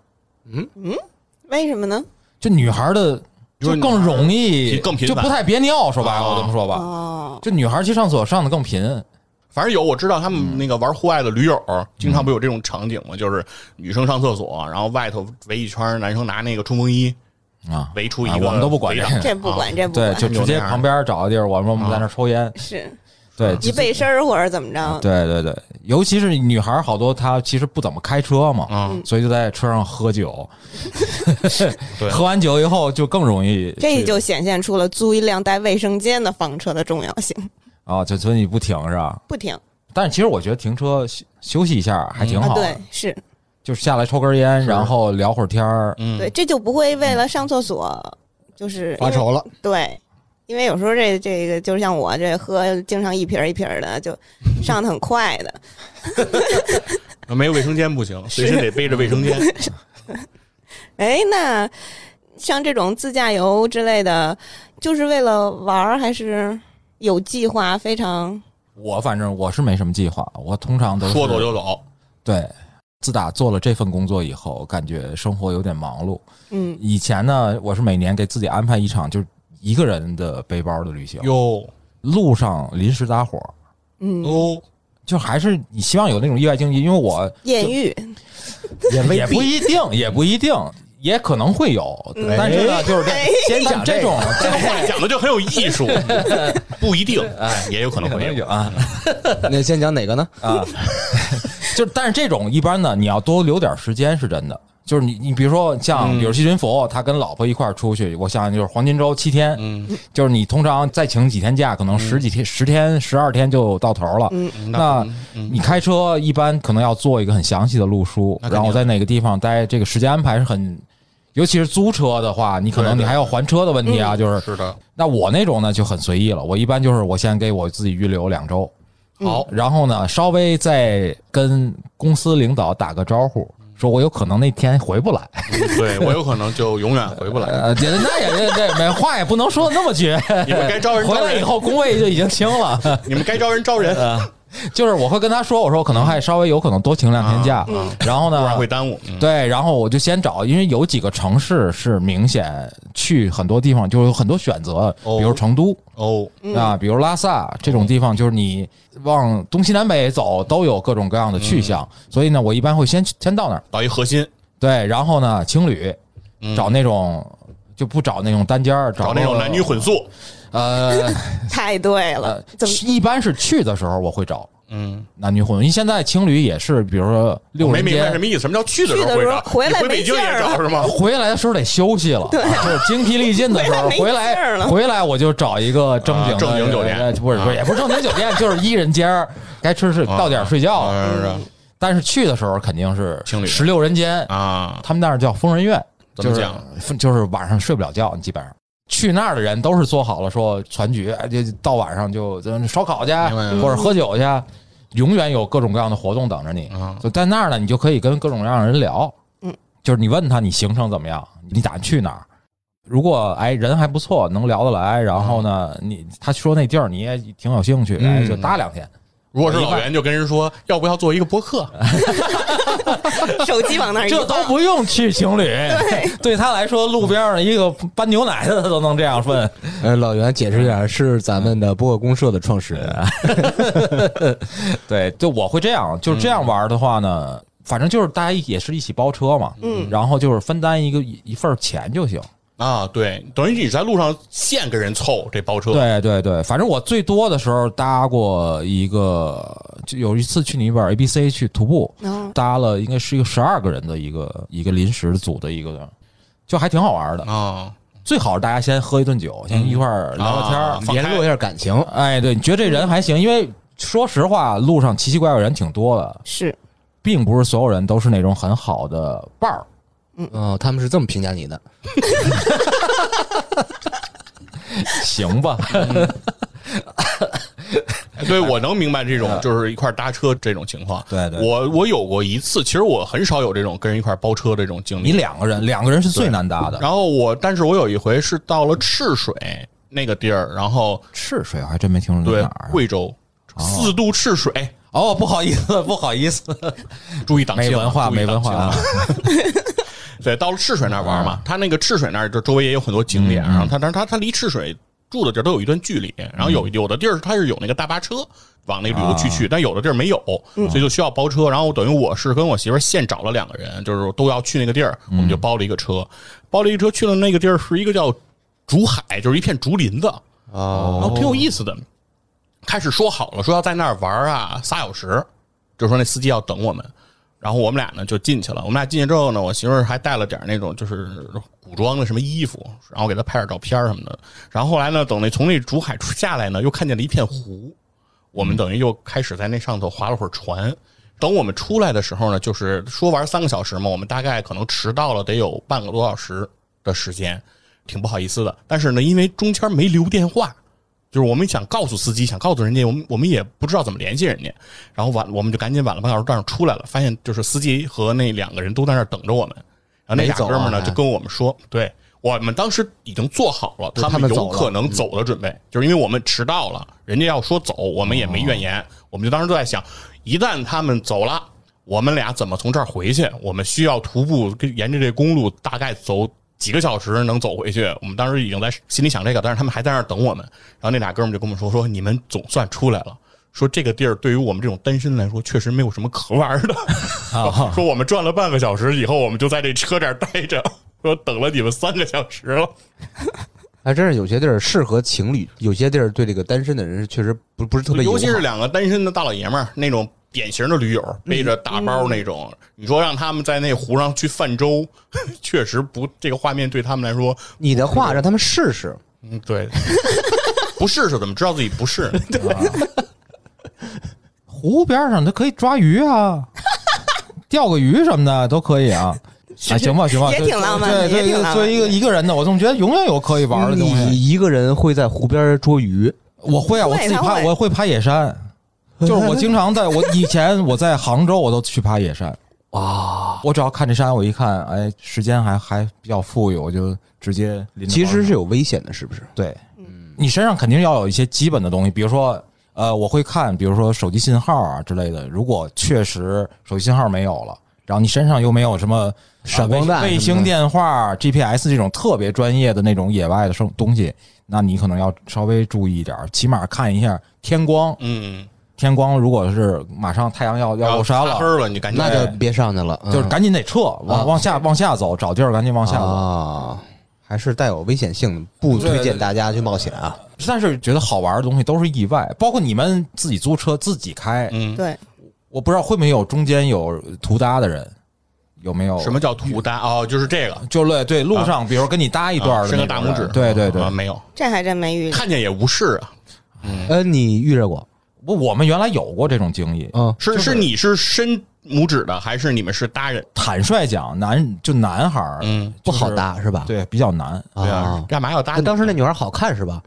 [SPEAKER 3] 为什么呢？
[SPEAKER 2] 就女孩儿的
[SPEAKER 5] 就
[SPEAKER 2] 就是更容易，
[SPEAKER 5] 女孩儿更频
[SPEAKER 2] 就
[SPEAKER 5] 繁
[SPEAKER 2] 不太憋尿。说白了，
[SPEAKER 5] 啊
[SPEAKER 2] 我这么说吧，
[SPEAKER 3] 哦，
[SPEAKER 2] 就女孩儿去上厕所上的更频。
[SPEAKER 5] 反正有我知道他
[SPEAKER 2] 嗯
[SPEAKER 5] 们那个玩户外的驴友，经常不有这种场景吗？就是女生上厕所，啊然后外头围一圈，男生拿那个冲锋衣
[SPEAKER 2] 啊
[SPEAKER 5] 围出一个
[SPEAKER 2] 啊
[SPEAKER 5] 围挡，
[SPEAKER 2] 我们都不管这个
[SPEAKER 3] 这不管，这不
[SPEAKER 2] 啊对，
[SPEAKER 3] 管，
[SPEAKER 2] 就直接旁边找个地儿，我说我们在那儿抽烟，
[SPEAKER 5] 啊
[SPEAKER 3] 是
[SPEAKER 2] 对，
[SPEAKER 3] 一背身儿或者怎么着，
[SPEAKER 2] 啊对对对，尤其是女孩，好多她其实不怎么开车嘛，
[SPEAKER 5] 啊。嗯
[SPEAKER 2] 所以就在车上喝酒，
[SPEAKER 5] 对
[SPEAKER 2] 喝完酒以后就更容易
[SPEAKER 3] 这就显现出了租一辆带卫生间的房车的重要性。
[SPEAKER 2] 啊，就所以你不停是吧？
[SPEAKER 3] 不停
[SPEAKER 2] 但是其实我觉得停车休休息一下还挺
[SPEAKER 3] 啊
[SPEAKER 2] 好，的，
[SPEAKER 3] 对，是
[SPEAKER 2] 就是下来抽根烟，然后聊会儿天儿，
[SPEAKER 5] 嗯，
[SPEAKER 3] 对，这就不会为了上厕所就是
[SPEAKER 4] 发
[SPEAKER 3] 因为
[SPEAKER 4] 愁了，
[SPEAKER 3] 对，因为有时候这这个就像我这喝，经常一瓶儿一瓶儿的，就上的很快的。
[SPEAKER 5] 没有卫生间不行，随身得背着卫生间。
[SPEAKER 3] 哎，那像这种自驾游之类的，就是为了玩儿，还是有计划？非常
[SPEAKER 2] 我反正我是没什么计划，我通常都是
[SPEAKER 5] 说走就走，
[SPEAKER 2] 对。自打做了这份工作以后，感觉生活有点忙碌。
[SPEAKER 3] 嗯，
[SPEAKER 2] 以前呢，我是每年给自己安排一场就是一个人的背包的旅行，
[SPEAKER 5] 哟
[SPEAKER 2] 路上临时搭伙，
[SPEAKER 5] 哦，
[SPEAKER 2] 就还是你希望有那种意外惊喜，因为我
[SPEAKER 3] 艳遇
[SPEAKER 2] 也 也不一定，也不一定，也可能会有，
[SPEAKER 3] 嗯
[SPEAKER 2] 但是呢，就是这但
[SPEAKER 4] 先讲
[SPEAKER 2] 哎这种
[SPEAKER 5] 这个话讲的就很有艺 术，不一定，哎，也有可能
[SPEAKER 2] 可能
[SPEAKER 5] 会
[SPEAKER 2] 有啊
[SPEAKER 4] 那先讲哪个呢？
[SPEAKER 2] 啊，就但是这种一般呢，你要多留点时间是真的。就是你，你比如说像，
[SPEAKER 5] 嗯
[SPEAKER 2] 比如西云佛，他跟老婆一块儿出去，我想就是黄金周七天，
[SPEAKER 5] 嗯，
[SPEAKER 2] 就是你通常再请几天假，可能十几天、十天、十二天就到头了。
[SPEAKER 5] 嗯
[SPEAKER 2] 那你开车一般可能要做一个很详细的路书，
[SPEAKER 5] 那肯定
[SPEAKER 2] 然后在哪个地方待，这个时间安排是很，尤其是租车的话，你可能
[SPEAKER 5] 对嗯对
[SPEAKER 2] 你还要还车的问题啊，就是。
[SPEAKER 5] 是的，
[SPEAKER 2] 那我那种呢就很随意了，我一般就是我先给我自己预留两周，
[SPEAKER 5] 好，
[SPEAKER 2] 然后呢稍微再跟公司领导打个招呼，说我有可能那天回不来，
[SPEAKER 5] 对我有可能就永远回不来。
[SPEAKER 2] 呃，也那也这这没话也不能说的那么绝，
[SPEAKER 5] 你们该招人
[SPEAKER 2] 哎回
[SPEAKER 5] 招
[SPEAKER 2] 来以
[SPEAKER 5] 人，
[SPEAKER 2] 后啊工位就已经清 了。
[SPEAKER 5] 你们该招人招 人，
[SPEAKER 2] 就是我会跟他说，我说我可能还稍微有可能多请两天假，然后
[SPEAKER 5] 不
[SPEAKER 2] 呢
[SPEAKER 5] 然会耽误。嗯
[SPEAKER 2] 对，然后我就先找，因为有几个城市是明显去很多地方就有很多选择，
[SPEAKER 5] 哦
[SPEAKER 2] 比如成都
[SPEAKER 5] 哦，
[SPEAKER 2] 啊，比如拉萨这
[SPEAKER 5] 嗯
[SPEAKER 2] 种地方，就是你往东西南北走都有各种各样的去向，
[SPEAKER 5] 嗯
[SPEAKER 2] 所以呢，我一般会先去先到那儿，
[SPEAKER 5] 到一核心，
[SPEAKER 2] 对，然后呢，情侣
[SPEAKER 5] 嗯
[SPEAKER 2] 找那种。就不找那种单间儿，
[SPEAKER 5] 找那种
[SPEAKER 2] 个
[SPEAKER 5] 男女混宿，
[SPEAKER 2] 呃
[SPEAKER 3] 太对了
[SPEAKER 2] 呃，
[SPEAKER 3] 怎么，
[SPEAKER 2] 一般是去的时候我会找
[SPEAKER 5] 嗯，
[SPEAKER 2] 男女混，因为现在情侣也是，比如说六
[SPEAKER 5] 没
[SPEAKER 2] 人
[SPEAKER 5] 明白
[SPEAKER 2] 间
[SPEAKER 5] 什，么意思，什么叫去的时
[SPEAKER 3] 去的
[SPEAKER 5] 会
[SPEAKER 3] 时候
[SPEAKER 5] 找？
[SPEAKER 3] 回来没
[SPEAKER 5] 你回北京
[SPEAKER 3] 劲
[SPEAKER 5] 也
[SPEAKER 3] 儿
[SPEAKER 5] 找
[SPEAKER 3] 了
[SPEAKER 5] 是 吗？
[SPEAKER 2] 回来的时候得休息了，啊就是精疲力尽的时候，回
[SPEAKER 3] 回来没劲儿
[SPEAKER 2] 来
[SPEAKER 3] 了
[SPEAKER 2] 回来我就找一个正经的
[SPEAKER 5] 啊正经酒店
[SPEAKER 2] 呃不是不是
[SPEAKER 5] 啊
[SPEAKER 2] 也不是正经酒店，就是一人间儿，该吃吃
[SPEAKER 5] 啊
[SPEAKER 2] 到点儿睡觉。
[SPEAKER 5] 是啊是
[SPEAKER 3] 嗯
[SPEAKER 2] 但是去的时候肯定是
[SPEAKER 5] 情侣
[SPEAKER 2] 十六人间，
[SPEAKER 5] 啊，
[SPEAKER 2] 他们那儿叫疯人院，
[SPEAKER 5] 怎么
[SPEAKER 2] 就是
[SPEAKER 5] 讲？
[SPEAKER 2] 就是晚上睡不了觉，基本上。去那儿的人都是做好了说全局，哎，就到晚上就咱烧烤去，
[SPEAKER 5] 明白明白
[SPEAKER 2] 或者喝酒去，永远有各种各样的活动等着你。
[SPEAKER 5] 啊
[SPEAKER 2] 就在那儿呢，你就可以跟各种各样的人聊。
[SPEAKER 3] 嗯，
[SPEAKER 2] 就是你问他你行程怎么样，你打算去哪儿？如果哎人还不错，能聊得来，然后呢，你他说那地儿你也挺有兴趣，哎，
[SPEAKER 5] 嗯
[SPEAKER 2] 就搭两天。
[SPEAKER 5] 如果是老袁，就跟人说要不要做一个播 客？
[SPEAKER 3] 手机往那儿一
[SPEAKER 2] 这都
[SPEAKER 3] 放，
[SPEAKER 2] 不用去情侣， 对他来说，路边上一个搬牛奶的他都能这样问。
[SPEAKER 4] 呃，老袁解释一下，是咱们的播客公社的创始人啊，
[SPEAKER 2] 对，就我会这样，就是这样玩儿的话呢，反正就是大家也是一起包车嘛，
[SPEAKER 3] 嗯
[SPEAKER 2] 然后就是分担一个一一份儿钱就行。
[SPEAKER 5] 啊，对，等于你在路上现跟人凑这包车，
[SPEAKER 2] 对对对，反正我最多的时候搭过一个，就有一次去尼泊尔 A B C 去徒步，
[SPEAKER 3] 然后
[SPEAKER 2] 搭了应该是一个十二个人的一个一个临时组的一个，就还挺好玩的。
[SPEAKER 5] 啊，
[SPEAKER 2] 最好是大家先喝一顿酒，先一块儿聊聊天儿
[SPEAKER 5] 啊。放开
[SPEAKER 4] 联络一下感情。
[SPEAKER 2] 哎，对，你觉得这人还行，因为说实话，路上奇奇怪怪人挺多的，
[SPEAKER 3] 是
[SPEAKER 2] 并不是所有人都是那种很好的伴儿。
[SPEAKER 4] 嗯，他们是这么评价你的。
[SPEAKER 2] 行吧，
[SPEAKER 5] 对，我能明白这种就是一块儿搭车这种情况。
[SPEAKER 2] 对对
[SPEAKER 5] 我我有过一次，其实我很少有这种跟人一块儿包车的这种经 历。
[SPEAKER 2] 你两个人，两个人是最难搭的。
[SPEAKER 5] 然后我，但是我有一回是到了赤水那个地儿，然后
[SPEAKER 2] 赤水我还真没听说在
[SPEAKER 5] 对
[SPEAKER 2] 哪儿。啊
[SPEAKER 5] 贵州四渡赤水，
[SPEAKER 2] 哦，不好意思，不好意思，
[SPEAKER 5] 注意档期啊，
[SPEAKER 2] 没文化，
[SPEAKER 5] 注意
[SPEAKER 2] 没文
[SPEAKER 5] 档期
[SPEAKER 2] 化
[SPEAKER 5] 啊
[SPEAKER 2] 啊。
[SPEAKER 5] 对，到了赤水那儿玩嘛，它那个赤水那儿就周围也有很多景点，然后它但是它它离赤水住的地儿都有一段距离，然后有有的地儿它是有那个大巴车往那个旅游区去，但有的地儿没有，所以就需要包车。然后等于我是跟我媳妇儿现找了两个人，就是都要去那个地儿，我们就包了一个车，包了一个车去了那个地儿是一个叫竹海，就是一片竹林子，
[SPEAKER 4] 哦，
[SPEAKER 5] 然后挺有意思的。开始说好了，说要在那儿玩啊仨小时，就说那司机要等我们。然后我们俩呢就进去了。我们俩进去之后呢，我媳妇儿还带了点那种就是古装的什么衣服，然后给她拍点照片什么的。然后后来呢，等那从那竹海出下来呢，又看见了一片湖。我
[SPEAKER 4] 嗯
[SPEAKER 5] 们等于又开始在那上头划了会儿船。等我们出来的时候呢，就是说玩三个小时嘛，我们大概可能迟到了得有半个多小时的时间，挺不好意思的。但是呢，因为中间没留电话，就是我们想告诉司机，想告诉人家，我们我们也不知道怎么联系人家，然后晚我们就赶紧晚了半个小时到那儿出来了，发现就是司机和那两个人都在那儿等着我们，然后那
[SPEAKER 4] 没
[SPEAKER 5] 俩
[SPEAKER 4] 走
[SPEAKER 5] 哥们儿
[SPEAKER 4] 啊
[SPEAKER 5] 呢
[SPEAKER 4] 还
[SPEAKER 5] 就跟我们说，对我们当时已经做好了，
[SPEAKER 4] 就是他
[SPEAKER 5] 们
[SPEAKER 4] 们
[SPEAKER 5] 有
[SPEAKER 4] 走了嗯
[SPEAKER 5] 可能走的准备，就是因为我们迟到了，人家要说走，我们也没
[SPEAKER 4] 哦
[SPEAKER 5] 怨言，我们就当时都在想，一旦他们走了，我们俩怎么从这儿回去？我们需要徒步跟沿着这公路大概走。几个小时能走回去，我们当时已经在心里想这个，但是他们还在那儿等我们。然后那俩哥们儿就跟我们说：“说你们总算出来了，说这个地儿对于我们这种单身来说，确实没有什么可玩的。
[SPEAKER 4] 啊
[SPEAKER 5] 说我们转了半个小时以后，我们就在这车这儿待着，说等了你们三个小时了。
[SPEAKER 4] 还哎真是有些地儿适合情侣，有些地儿对这个单身的人是确实不不是特别友好，
[SPEAKER 5] 尤其是两个单身的大老爷们儿，那种典型的
[SPEAKER 2] 嗯
[SPEAKER 5] 驴友，背着大包那种，你说让他们在那湖上去泛舟， 确实不，这个画面对他们来说，
[SPEAKER 4] 你的话让他们试试，
[SPEAKER 5] 嗯，对， 不试试怎么知道自己不是？
[SPEAKER 2] 湖边上它可以抓鱼 啊，钓个鱼什么的都可以 啊。啊，行吧，行吧，
[SPEAKER 3] 也
[SPEAKER 2] 对
[SPEAKER 3] 挺浪漫的
[SPEAKER 2] 对对
[SPEAKER 3] 也挺
[SPEAKER 2] 对，
[SPEAKER 3] 浪漫的
[SPEAKER 2] 作为一个一个人的，我总觉得永远有可以玩的东西。
[SPEAKER 4] 你一个人会在湖边捉鱼，
[SPEAKER 2] 我会啊，我自己
[SPEAKER 3] 他
[SPEAKER 2] 爬，
[SPEAKER 3] 会
[SPEAKER 2] 我会爬野 山，就是我经常在我以前我在杭州，我都去爬野山。哇！我只要看这山，我一看，哎，时间还还比较富裕，我就直接拎着
[SPEAKER 4] 其
[SPEAKER 2] 包
[SPEAKER 4] 实是有危险的，是不是？
[SPEAKER 2] 对，你身上肯定要有一些基本的东西，比如说，呃，我会看，比如说手机信号啊之类的。如果确实手机信号没有了，然后你身上又没有什么
[SPEAKER 4] 闪光弹
[SPEAKER 2] 呃卫
[SPEAKER 4] 什么的
[SPEAKER 2] 卫星电话、GPS 这种特别专业的那种野外的生东西，那你可能要稍微注意一点儿，起码看一下天光。
[SPEAKER 5] 嗯，
[SPEAKER 2] 天光如果是马上太阳 要要落山
[SPEAKER 5] 擦
[SPEAKER 4] 啊
[SPEAKER 2] 了
[SPEAKER 5] 黑，了，你赶紧
[SPEAKER 4] 那就别上去了，嗯
[SPEAKER 2] 就是赶紧得撤，往往下往下走，找地儿赶紧往下走。
[SPEAKER 4] 啊，还是带有危险性的，不推荐大家去冒险啊。
[SPEAKER 2] 但是觉得好玩的东西都是意外，包括你们自己租车自己开，
[SPEAKER 5] 嗯，
[SPEAKER 3] 对，
[SPEAKER 2] 我不知道会不会有中间有图搭的人，有没有
[SPEAKER 5] 什么？叫图搭？哦，就是这个。
[SPEAKER 2] 就类对路上，比如跟你搭一段
[SPEAKER 5] 啊
[SPEAKER 2] 的
[SPEAKER 5] 伸
[SPEAKER 2] 那
[SPEAKER 5] 个
[SPEAKER 2] 种人、
[SPEAKER 5] 大拇指，
[SPEAKER 2] 对对对
[SPEAKER 5] 啊，没有
[SPEAKER 3] 这还真没遇见。
[SPEAKER 5] 看见也无视啊。
[SPEAKER 4] 呃，你遇着过？
[SPEAKER 2] 我我们原来有过这种经历。
[SPEAKER 4] 嗯，
[SPEAKER 5] 是
[SPEAKER 2] 就是
[SPEAKER 5] 是你是伸拇指的，还是你们是搭人？
[SPEAKER 2] 坦率讲，男就男孩儿，
[SPEAKER 5] 嗯，
[SPEAKER 4] 不好搭是吧？
[SPEAKER 2] 对，比较难。
[SPEAKER 5] 对啊，干嘛要搭
[SPEAKER 4] 那
[SPEAKER 5] 你？
[SPEAKER 4] 当时那女孩好看是吧？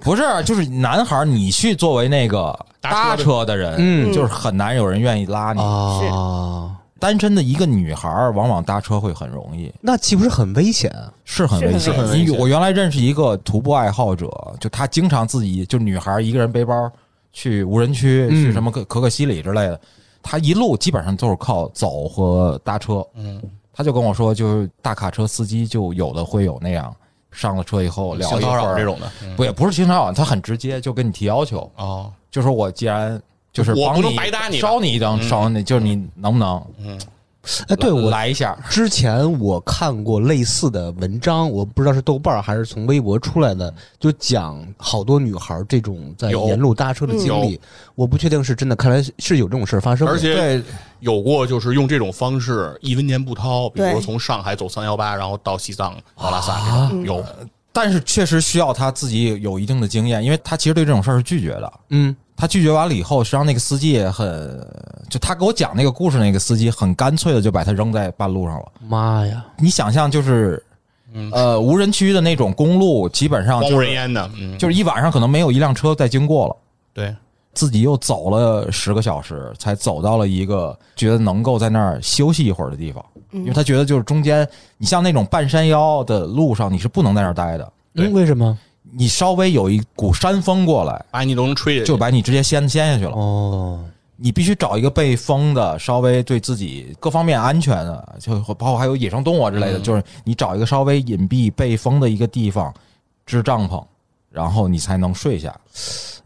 [SPEAKER 2] 不是，就是男孩儿，你去作为那个
[SPEAKER 5] 搭
[SPEAKER 2] 搭
[SPEAKER 5] 车
[SPEAKER 2] 车的人，
[SPEAKER 4] 嗯
[SPEAKER 2] 就是很难有人愿意拉你。
[SPEAKER 4] 啊，
[SPEAKER 2] 单身的一个女孩儿，往往搭车会很容易，
[SPEAKER 4] 那岂不是很危险？啊
[SPEAKER 2] 是很
[SPEAKER 3] 是很
[SPEAKER 2] 危
[SPEAKER 3] 危
[SPEAKER 2] 险。
[SPEAKER 5] 险
[SPEAKER 2] 因为我原来认识一个徒步爱好者，就他经常自己就女孩一个人背包去无人区，
[SPEAKER 4] 嗯
[SPEAKER 2] 去什么可可可西里之类的，他一路基本上都是靠走和搭车。
[SPEAKER 5] 嗯，
[SPEAKER 2] 他就跟我说，就是大卡车司机就有的会有那样，上了车以后聊
[SPEAKER 5] 性
[SPEAKER 2] 一
[SPEAKER 5] 骚
[SPEAKER 2] 会
[SPEAKER 5] 扰
[SPEAKER 2] 儿
[SPEAKER 5] 这，种的，嗯
[SPEAKER 2] 不也不是性骚扰，他很直接就跟你提要求，
[SPEAKER 5] 哦，
[SPEAKER 2] 就说我既然就是
[SPEAKER 5] 我
[SPEAKER 2] 帮
[SPEAKER 5] 不能
[SPEAKER 2] 你
[SPEAKER 5] 白搭你吧
[SPEAKER 2] 捎你一张
[SPEAKER 5] 嗯
[SPEAKER 2] 捎你，就是你能不能
[SPEAKER 5] 嗯，
[SPEAKER 4] 哎，对我
[SPEAKER 2] 来一下？
[SPEAKER 4] 之前我看过类似的文章，我不知道是豆瓣儿还是从微博出来的，就讲好多女孩儿这种在
[SPEAKER 5] 有
[SPEAKER 4] 沿路搭车的经历。我不确定是真的，看来是有这种事儿发生的。
[SPEAKER 5] 而且
[SPEAKER 2] 对，
[SPEAKER 5] 有过就是用这种方式一分钱不掏，比如说
[SPEAKER 3] 对
[SPEAKER 5] 从上海走三幺八，然后到西藏奥拉萨
[SPEAKER 2] 啊
[SPEAKER 5] 这种有，
[SPEAKER 3] 嗯
[SPEAKER 2] 但是确实需要他自己有一定的经验，因为他其实对这种事儿是拒绝的。
[SPEAKER 4] 嗯，
[SPEAKER 2] 他拒绝完了以后，实际上那个司机也很，就他给我讲那个故事，那个司机很干脆的就把他扔在半路上了。
[SPEAKER 4] 妈呀，
[SPEAKER 2] 你想象就是，呃，无人区的那种公路，基本上
[SPEAKER 5] 荒
[SPEAKER 2] 哦就
[SPEAKER 5] 无人烟的，嗯，
[SPEAKER 2] 就是一晚上可能没有一辆车在经过了。
[SPEAKER 5] 对，
[SPEAKER 2] 自己又走了十个小时，才走到了一个觉得能够在那儿休息一会儿的地方，因为他觉得就是中间，你像那种半山腰的路上，你是不能在那儿待的，
[SPEAKER 5] 对
[SPEAKER 6] 嗯，为什么？
[SPEAKER 2] 你稍微有一股山风过来，
[SPEAKER 5] 把你都能吹下去
[SPEAKER 2] 就把你直接掀掀下去了。
[SPEAKER 6] 哦，
[SPEAKER 2] 你必须找一个被封的，稍微对自己各方面安全的，就包括还有野生动物啊之类的，就是你找一个稍微隐蔽被封的一个地方支帐篷，然后你才能睡下。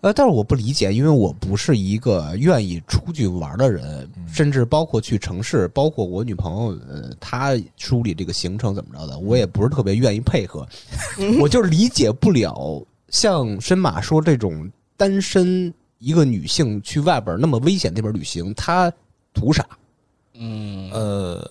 [SPEAKER 4] 呃，但是我不理解，因为我不是一个愿意出去玩的人，甚至包括去城市，包括我女朋友，呃，她梳理这个行程怎么着的，我也不是特别愿意配合， 我就是理解不了像申马说这种单身一个女性去外边那么危险地方旅行，她图啥？
[SPEAKER 5] 嗯
[SPEAKER 2] 呃，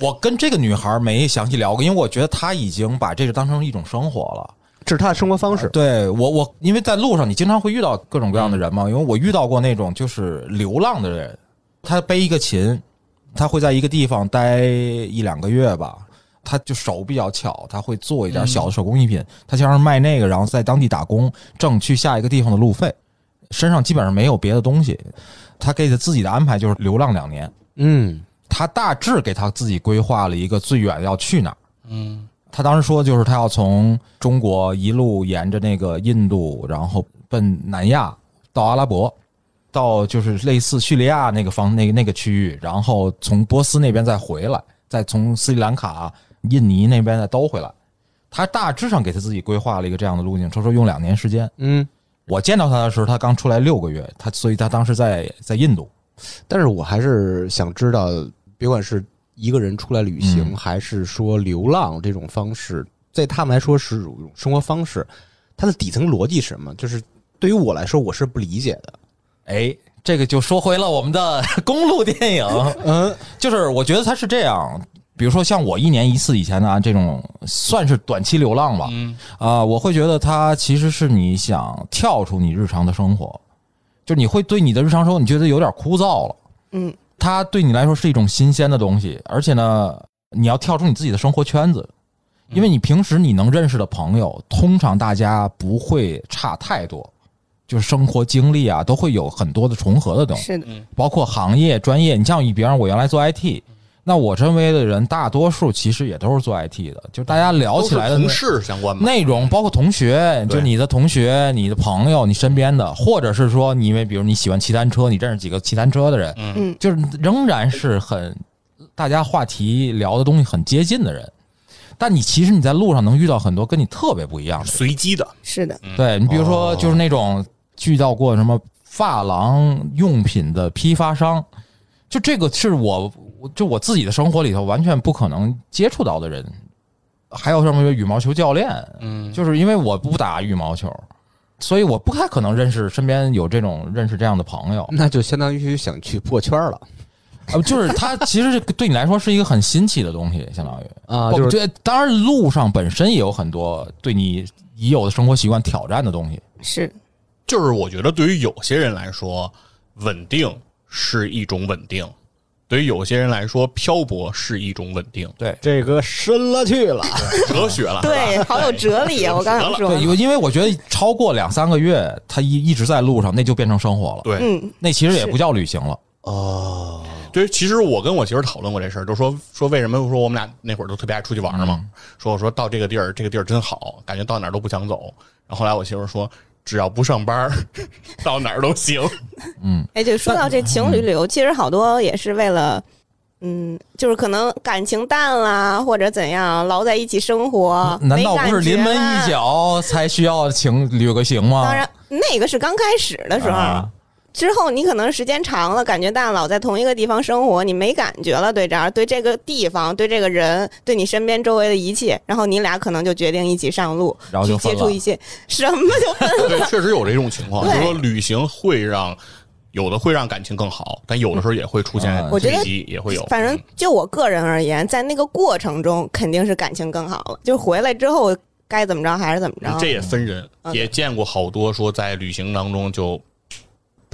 [SPEAKER 2] 我跟这个女孩没详细聊过，因为我觉得她已经把这个当成一种生活了。
[SPEAKER 4] 这是她的生活方式。
[SPEAKER 2] 呃对我，我因为在路上你经常会遇到各种各样的人嘛，因为我遇到过那种就是流浪的人，他背一个琴，他会在一个地方待一两个月吧。他就手比较巧，他会做一
[SPEAKER 4] 嗯
[SPEAKER 2] 点小的手工艺品，他像是卖那个，然后在当地打工，挣去下一个地方的路费，身上基本上没有别的东西。他给他自己的安排就是流浪两年，
[SPEAKER 4] 嗯，
[SPEAKER 2] 他大致给他自己规划了一个最远要去哪儿。嗯，他当时说就是他要从中国一路沿着那个印度，然后奔南亚到阿拉伯，到就是类似叙利亚那个方那个那个区域，然后从波斯那边再回来，再从斯里兰卡、印尼那边再兜回来。他大致上给他自己规划了一个这样的路径，他说用两年时间。
[SPEAKER 4] 嗯，
[SPEAKER 2] 我见到他的时候，他刚出来六个月，他所以他当时在在印度。
[SPEAKER 4] 但是我还是想知道，别管是一个人出来旅行，
[SPEAKER 2] 嗯
[SPEAKER 4] 还是说流浪这种方式，在他们来说是种生活方式，它的底层逻辑是什么？就是对于我来说，我是不理解的。
[SPEAKER 2] 哎，这个就说回了我们的公路电影，
[SPEAKER 4] 嗯，
[SPEAKER 2] 就是我觉得它是这样。比如说像我一年一次以前的啊，这种算是短期流浪吧，
[SPEAKER 5] 嗯
[SPEAKER 2] 啊、我会觉得它其实是你想跳出你日常的生活，就是你会对你的日常生活你觉得有点枯燥了，
[SPEAKER 3] 嗯，
[SPEAKER 2] 它对你来说是一种新鲜的东西，而且呢，你要跳出你自己的生活圈子，
[SPEAKER 5] 嗯
[SPEAKER 2] 因为你平时你能认识的朋友，通常大家不会差太多，就是生活经历啊都会有很多的重合的东西，
[SPEAKER 3] 是的，
[SPEAKER 2] 包括行业、专业。你像你，比方说我原来做 IT，那我周围的人大多数其实也都是做 IT 的，就是大家聊起来的
[SPEAKER 5] 都是
[SPEAKER 2] 那
[SPEAKER 5] 同事相关吧？
[SPEAKER 2] 内容，包括同学，就
[SPEAKER 5] 对
[SPEAKER 2] 你的同学、你的朋友、你身边的，或者是说你因为比如你喜欢骑单车，你认识几个骑单车的人，
[SPEAKER 5] 嗯
[SPEAKER 2] 就是仍然是很大家话题聊的东西很接近的人。但你其实你在路上能遇到很多跟你特别不一样的人，
[SPEAKER 5] 随机的，
[SPEAKER 3] 是的，
[SPEAKER 2] 对你比如说就是那种遇到过什么发廊用品的批发商，就这个是我我就我自己的生活里头完全不可能接触到的人。还有什么羽毛球教练，
[SPEAKER 5] 嗯，
[SPEAKER 2] 就是因为我不打羽毛球，所以我不太可能认识身边有这种认识这样的朋友。
[SPEAKER 4] 那就相当于想去破圈了
[SPEAKER 2] 呃，就是它其实是对你来说是一个很新奇的东西，相当于
[SPEAKER 4] 啊，
[SPEAKER 2] 不
[SPEAKER 4] 就是
[SPEAKER 2] 对，当然路上本身也有很多对你已有的生活习惯挑战的东西。
[SPEAKER 3] 是
[SPEAKER 5] 就是我觉得对于有些人来说，稳定是一种稳定；对于有些人来说，漂泊是一种稳 定。
[SPEAKER 6] 这个深了去了。
[SPEAKER 5] 哲学了，
[SPEAKER 3] 对，好有哲理啊！我刚想说，
[SPEAKER 2] 对，因因为我觉得超过两三个月，他一一直在路上，那就变成生活了。，
[SPEAKER 5] 对，
[SPEAKER 3] 嗯，
[SPEAKER 2] 那其实也不叫旅行了。
[SPEAKER 5] 对，其实我跟我媳妇儿讨论过这事儿，就说说为什么说我们俩那会儿都特别爱出去玩儿嘛，说我说到这个地儿，这个地儿真好，感觉到哪儿都不想走。然后后来我媳妇儿说，只要不上班儿， 到哪儿都行。
[SPEAKER 3] 哎，就说到这
[SPEAKER 2] 嗯
[SPEAKER 3] 情侣旅游，其实好多也是为了，嗯，就是可能感情淡啦，或者怎样，牢在一起生活，
[SPEAKER 2] 难道不是临门
[SPEAKER 3] 没感
[SPEAKER 2] 一
[SPEAKER 3] 觉啦？
[SPEAKER 2] 脚
[SPEAKER 3] 啊
[SPEAKER 2] 才需要请旅个行吗？
[SPEAKER 3] 当然，那个是刚开始的时候，
[SPEAKER 2] 啊
[SPEAKER 3] 之后你可能时间长了，感觉淡了，老在同一个地方生活，你没感觉了，对这儿，对这个地方，对这个人，对你身边周围的一切，然后你俩可能就决定一起上路，
[SPEAKER 2] 然后
[SPEAKER 3] 去
[SPEAKER 2] 就分
[SPEAKER 3] 接触
[SPEAKER 2] 了
[SPEAKER 3] 一些什么就分
[SPEAKER 5] 对，确实有这种情况，就
[SPEAKER 3] 对
[SPEAKER 5] 是说旅行会让有的会让感情更好，但有的时候也会出现
[SPEAKER 2] 嗯
[SPEAKER 3] 我觉得
[SPEAKER 5] 危机，也会有。嗯
[SPEAKER 3] 反正就我个人而言，在那个过程中肯定是感情更好了，就回来之后该怎么着还是怎么着。
[SPEAKER 5] 嗯这也分人，
[SPEAKER 3] 嗯
[SPEAKER 5] 也见过好多说在旅行当中就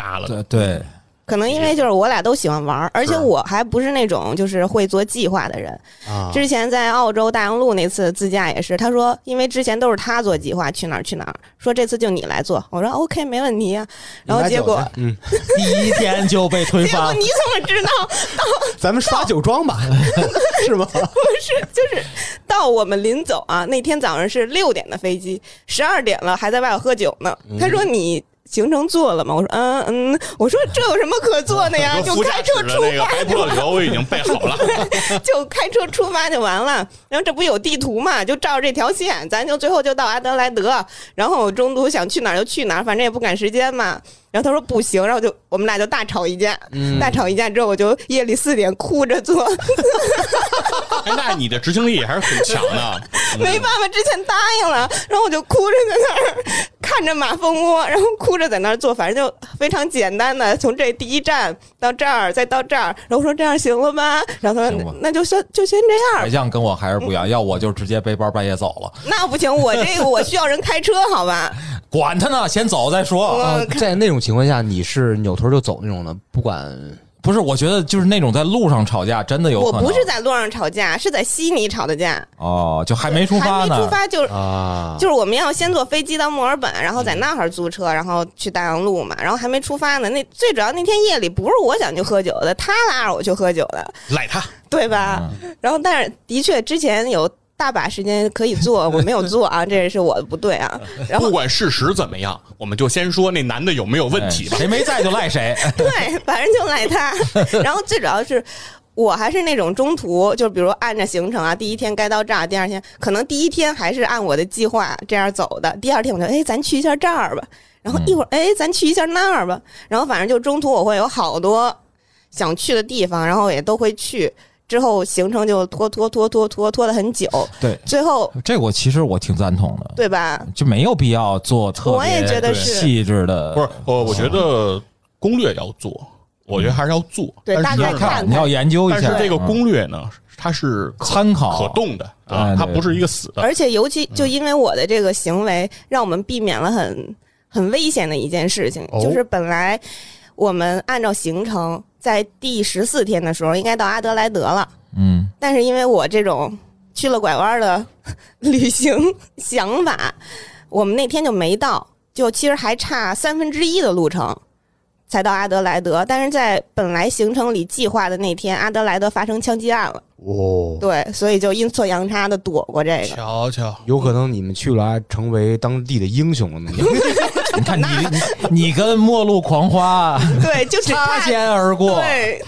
[SPEAKER 5] 罢了的。
[SPEAKER 2] 对对，
[SPEAKER 3] 可能因为就是我俩都喜欢玩儿，而且我还不是那种就是会做计划的人。
[SPEAKER 4] 啊，
[SPEAKER 3] 之前在澳洲大洋路那次自驾也是，他说因为之前都是他做计划去哪儿去哪儿，说这次就你来做，我说 OK 没问题呀、啊然后结果
[SPEAKER 2] 你
[SPEAKER 4] 嗯
[SPEAKER 2] 买酒去，第一天就被推
[SPEAKER 3] 结果
[SPEAKER 2] 翻
[SPEAKER 3] 你。怎么知道？
[SPEAKER 4] 咱们刷酒庄 吧，是吗？
[SPEAKER 3] 就是 到我们临走啊，那天早上是六点的飞机，十二点了还在外头喝酒呢。
[SPEAKER 5] 嗯
[SPEAKER 3] 他说你。行程做了吗？我说嗯嗯，我说这有什么可做的 呀？啊就
[SPEAKER 5] 副驾
[SPEAKER 3] 开车
[SPEAKER 5] 驶的
[SPEAKER 3] 出
[SPEAKER 5] 那个
[SPEAKER 3] 发
[SPEAKER 5] 白
[SPEAKER 3] 就
[SPEAKER 5] 葡萄酒我已经备好了，
[SPEAKER 3] 就开车出发就完了。然后这不有地图嘛，就照着这条线，咱就最后就到阿德莱德。然后我中途想去哪儿就去哪儿，反正也不赶时间嘛。然后他说不行，然后就我们俩就大吵一架。
[SPEAKER 5] 嗯
[SPEAKER 3] 大吵一架之后，我就夜里四点哭着坐，
[SPEAKER 5] 哎，那你的执行力还是很强的。
[SPEAKER 3] 没办法，之前答应了，然后我就哭着在那儿看着马蜂窝，然后哭着在那儿做，反正就非常简单的，从这第一站到这儿，再到这儿。然后我说这样行了吧？然后他
[SPEAKER 2] 行吧
[SPEAKER 3] 说那就先就先这样
[SPEAKER 2] 海酱跟我还是不一样，要我就直接背包半夜走了，
[SPEAKER 3] 那不行，我这个我需要人开车，好吧？
[SPEAKER 2] 管他呢，先走再说。
[SPEAKER 4] 啊，在那种情况下，你是扭头就走那种的，不管
[SPEAKER 2] 不是，我觉得就是那种在路上吵架，真的有
[SPEAKER 3] 我
[SPEAKER 2] 可能。
[SPEAKER 3] 不是在路上吵架，是在悉尼吵的架，
[SPEAKER 2] 哦，就还没出发
[SPEAKER 3] 还没
[SPEAKER 2] 呢
[SPEAKER 3] 出。发就
[SPEAKER 4] 啊，
[SPEAKER 3] 就是我们要先坐飞机到墨尔本，然后在那儿租车，然后去大洋路嘛，然后还没出发呢。那最主要那天夜里不是我想去喝酒的，他拉着我去喝酒的，
[SPEAKER 5] 嗯赖他，
[SPEAKER 3] 对吧？然后但是的确之前有大把时间可以做，我没有做啊，这是我的不对啊。然后
[SPEAKER 5] 不管事实怎么样，我们就先说那男的有没有问题
[SPEAKER 2] 哎
[SPEAKER 5] 吧。
[SPEAKER 2] 谁没在就赖 谁。
[SPEAKER 3] 对，反正就赖他。 然后最主要是。我还是那种中途，就比如按着行程啊，第一天该到这儿，第二天可能第一天还是按我的计划这样走的，第二天我就哎，咱去一下这儿吧，然后一会儿哎，咱去一下那儿吧，然后反正就中途我会有好多想去的地方，然后也都会去，之后行程就拖拖拖拖拖拖了很久，
[SPEAKER 2] 对，
[SPEAKER 3] 最后
[SPEAKER 2] 这个我其实我挺赞同的，
[SPEAKER 3] 对吧？
[SPEAKER 2] 就没有必要做特别
[SPEAKER 3] 我也觉得是
[SPEAKER 2] 细致的，
[SPEAKER 5] 不是，我我觉得攻略要做，我觉得还是要做。
[SPEAKER 3] 嗯对
[SPEAKER 5] 但是
[SPEAKER 3] 大概看
[SPEAKER 2] 看你要研究一
[SPEAKER 5] 但
[SPEAKER 2] 下嗯
[SPEAKER 5] 是这个攻略呢，它是可
[SPEAKER 2] 参考
[SPEAKER 5] 可动的
[SPEAKER 2] 哎
[SPEAKER 5] 啊，它
[SPEAKER 2] 对
[SPEAKER 5] 不是一个死的。
[SPEAKER 3] 而且尤其就因为我的这个行为，让我们避免了很很危险的一件事情，
[SPEAKER 4] 哦
[SPEAKER 3] 就是本来我们按照行程在第十四天的时候应该到阿德莱德了，
[SPEAKER 2] 嗯，
[SPEAKER 3] 但是因为我这种去了拐弯的旅行想法，我们那天就没到，就其实还差三分之一的路程。才到阿德莱德，但是在本来行程里计划的那天，阿德莱德发生枪击案了，
[SPEAKER 4] 哦，
[SPEAKER 3] 对，所以就阴错阳差的躲过这个。
[SPEAKER 5] 瞧瞧，
[SPEAKER 4] 有可能你们去了还成为当地的英雄了呢。
[SPEAKER 2] 你 看你你你跟末路狂花
[SPEAKER 3] 对，就只
[SPEAKER 2] 擦
[SPEAKER 3] 差
[SPEAKER 2] 肩而过，
[SPEAKER 3] 对，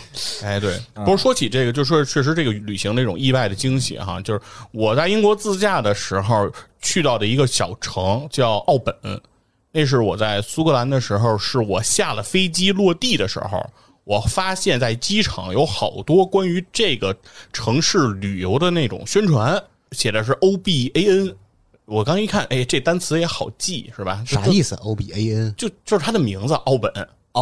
[SPEAKER 5] 哎，对，不是说起这个，就说确实这个旅行那种意外的惊喜哈，就是我在英国自驾的时候去到的一个小城叫奥本，那是我在苏格兰的时候，是我下了飞机落地的时候，我发现在机场有好多关于这个城市旅游的那种宣传，写的是 O B A N。我刚一看，哎，这单词也好记，是吧？
[SPEAKER 4] 啥
[SPEAKER 5] 就
[SPEAKER 4] 意思？O 啊 B A N
[SPEAKER 5] 就就是他的名字奥本，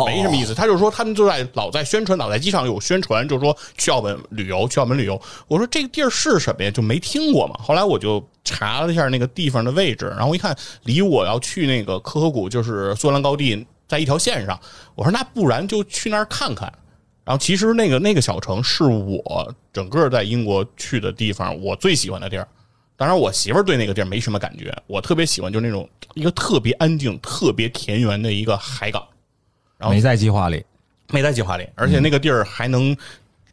[SPEAKER 5] 没什么意思。他就说他们就在老在宣传，老在机场有宣传，就说去澳门旅游，去澳门旅游。我说这个地儿是什么呀？就没听过嘛。后来我就查了一下那个地方的位置，然后我一看，离我要去那个科和谷，就是苏格兰高地，在一条线上。我说那不然就去那儿看看。然后其实那个那个小城是我整个在英国去的地方，我最喜欢的地儿。当然，我媳妇儿对那个地儿没什么感觉，我特别喜欢就是那种一个特别安静、特别田园的一个海港，然后
[SPEAKER 2] 没在计划里。
[SPEAKER 5] 没在计划里，而
[SPEAKER 2] 嗯
[SPEAKER 5] 且那个地儿还能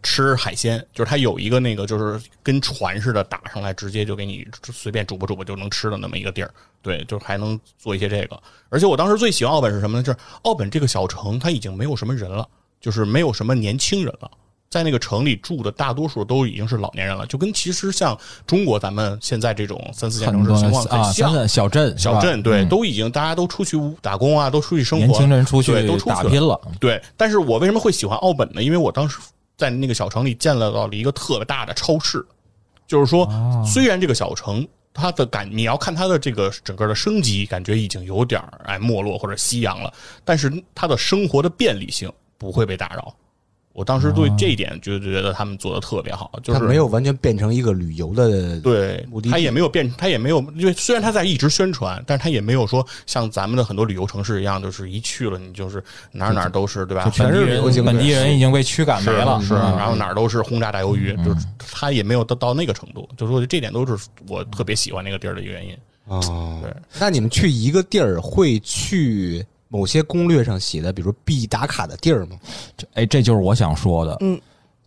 [SPEAKER 5] 吃海鲜，就是它有一个那个就是跟船似的打上来，直接就给你随便煮吧煮吧就能吃的那么一个地儿。对，就是还能做一些这个。而且我当时最喜欢奥本是什么呢？就是奥本这个小城，它已经没有什么人了，就是没有什么年轻人了。在那个城里住的大多数都已经是老年人了，就跟其实像中国咱们现在这种三四线
[SPEAKER 2] 很
[SPEAKER 5] 城市
[SPEAKER 2] 多
[SPEAKER 5] 情况
[SPEAKER 2] 啊，
[SPEAKER 5] 很像
[SPEAKER 2] 真，的小镇
[SPEAKER 5] 小
[SPEAKER 2] 是吧
[SPEAKER 5] 镇对，
[SPEAKER 2] 嗯
[SPEAKER 5] 都已经大家都出去打工啊，都出去生活，
[SPEAKER 2] 年轻人出去
[SPEAKER 5] 对都出去
[SPEAKER 2] 打拼了，
[SPEAKER 5] 对，但是我为什么会喜欢奥本呢？因为我当时在那个小城里见了到了一个特别大的超市，就是说，
[SPEAKER 4] 哦
[SPEAKER 5] 虽然这个小城它的感，你要看它的这个整个的升级，感觉已经有点儿哎没落或者夕阳了，但是它的生活的便利性不会被打扰。我当时对这一点就觉得他们做的特别好，就
[SPEAKER 4] 它
[SPEAKER 5] 是
[SPEAKER 4] 没有完全变成一个旅游的，
[SPEAKER 5] 对
[SPEAKER 4] 目的，地
[SPEAKER 5] 他也没有变，他也没有，因为虽然他在一直宣传，但是他也没有说像咱们的很多旅游城市一样，就是一去了你就是哪儿哪儿都是，对吧？
[SPEAKER 2] 全是
[SPEAKER 4] 游行队
[SPEAKER 2] 本地人已经被驱赶没
[SPEAKER 5] 是
[SPEAKER 2] 了，
[SPEAKER 5] 是，嗯
[SPEAKER 2] 嗯
[SPEAKER 5] 啊然后哪儿都是轰炸大鱿鱼，就是他也没有到到那个程度，就是我觉得这点都是我特别喜欢那个地儿的原因。
[SPEAKER 4] 哦
[SPEAKER 5] 对，
[SPEAKER 4] 那你们去一个地儿会去某些攻略上写的，比如必打卡的地儿吗？
[SPEAKER 2] 哎，这就是我想说的。
[SPEAKER 3] 嗯，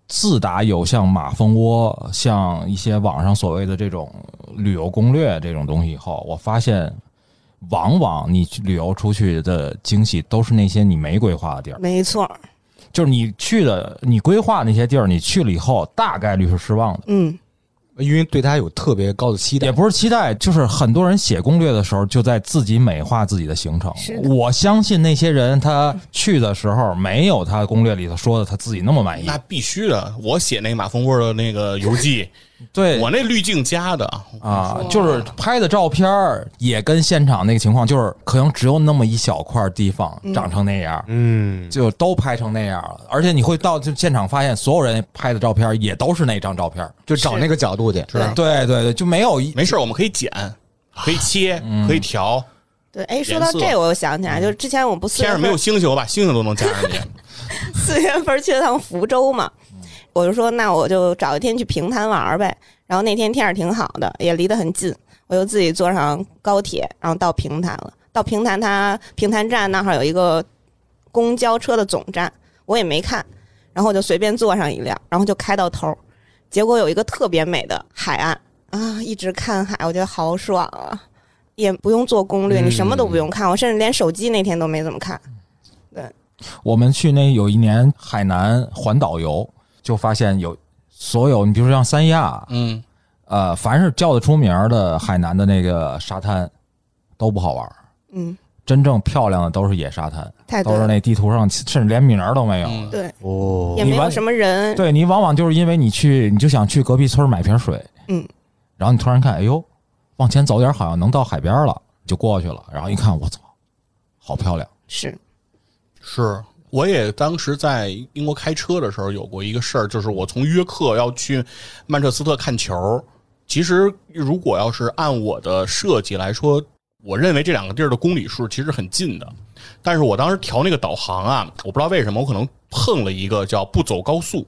[SPEAKER 2] 自打有像马蜂窝、像一些网上所谓的这种旅游攻略这种东西以后，我发现，往往你去旅游出去的惊喜都是那些你没规划的地儿，
[SPEAKER 3] 没错儿，
[SPEAKER 2] 就是你去的、你规划那些地儿，你去了以后大概率是失望的。
[SPEAKER 3] 嗯，
[SPEAKER 4] 因为对它有特别高的期
[SPEAKER 2] 也
[SPEAKER 4] 待。
[SPEAKER 2] 不是期待，就是很多人写攻略的时候，就在自己美化自己的行程
[SPEAKER 3] 是。的
[SPEAKER 2] 我相信那些人他去的时候，没有他攻略里头说的他自己那么满意。
[SPEAKER 5] 那必须的，我写那马蜂窝的那个游记，
[SPEAKER 2] 对，
[SPEAKER 5] 我那滤镜加的，
[SPEAKER 2] 啊，就是拍的照片儿也跟现场那个情况，就是可能只有那么一小块地方长成那样，
[SPEAKER 4] 嗯，
[SPEAKER 2] 就都拍成那样了。而且你会到就现场发现，所有人拍的照片儿也都是那张照片儿。
[SPEAKER 4] 就找那个角度去。
[SPEAKER 5] 是啊
[SPEAKER 2] 对对对，就没有一
[SPEAKER 5] 没事儿，我们可以剪，可以切，可以调。
[SPEAKER 3] 对。哎，说
[SPEAKER 5] 颜
[SPEAKER 3] 到
[SPEAKER 5] 色
[SPEAKER 3] 这，我又想起来，就是之前我不四月
[SPEAKER 5] 嗯天上没有
[SPEAKER 3] 份
[SPEAKER 5] 星星，我把星星都能加上 去。
[SPEAKER 3] 四月份去了趟福州嘛，我就说那我就找一天去平潭玩儿呗。然后那天天儿挺好的，也离得很近，我就自己坐上高铁，然后到平潭了。到平潭它平潭站那儿有一个公交车的总站，我也没看，然后我就随便坐上一辆，然后就开到头儿，结果有一个特别美的海岸啊，一直看海，我觉得好爽啊！也不用做攻略，你什么都不用看，我甚至连手机那天都没怎么看。
[SPEAKER 2] 我们去那有一年海南环岛游，就发现有所有，你比如说像三亚，
[SPEAKER 5] 嗯，
[SPEAKER 2] 呃，凡是叫得出名儿的海南的那个沙滩都不好玩儿，
[SPEAKER 3] 嗯，
[SPEAKER 2] 真正漂亮的都是野沙滩，
[SPEAKER 3] 太对
[SPEAKER 2] 都是
[SPEAKER 3] 了，
[SPEAKER 2] 那地图上甚至连名儿都没有。
[SPEAKER 5] 嗯
[SPEAKER 3] 对，
[SPEAKER 4] 哦，
[SPEAKER 3] 也
[SPEAKER 2] 你
[SPEAKER 3] 没有
[SPEAKER 2] 完
[SPEAKER 3] 什么人，
[SPEAKER 2] 对你往往就是因为你去，你就想去隔壁村买瓶水，
[SPEAKER 3] 嗯，
[SPEAKER 2] 然后你突然看，哎呦，往前走点好像能到海边了，你就过去了，然后一看，我操，好漂亮！
[SPEAKER 3] 是
[SPEAKER 5] 是。我也当时在英国开车的时候有过一个事儿，就是我从约克要去曼彻斯特看球。其实如果要是按我的设计来说，我认为这两个地儿的公里数其实很近的。但是我当时调那个导航啊，我不知道为什么我可能碰了一个叫不走高速。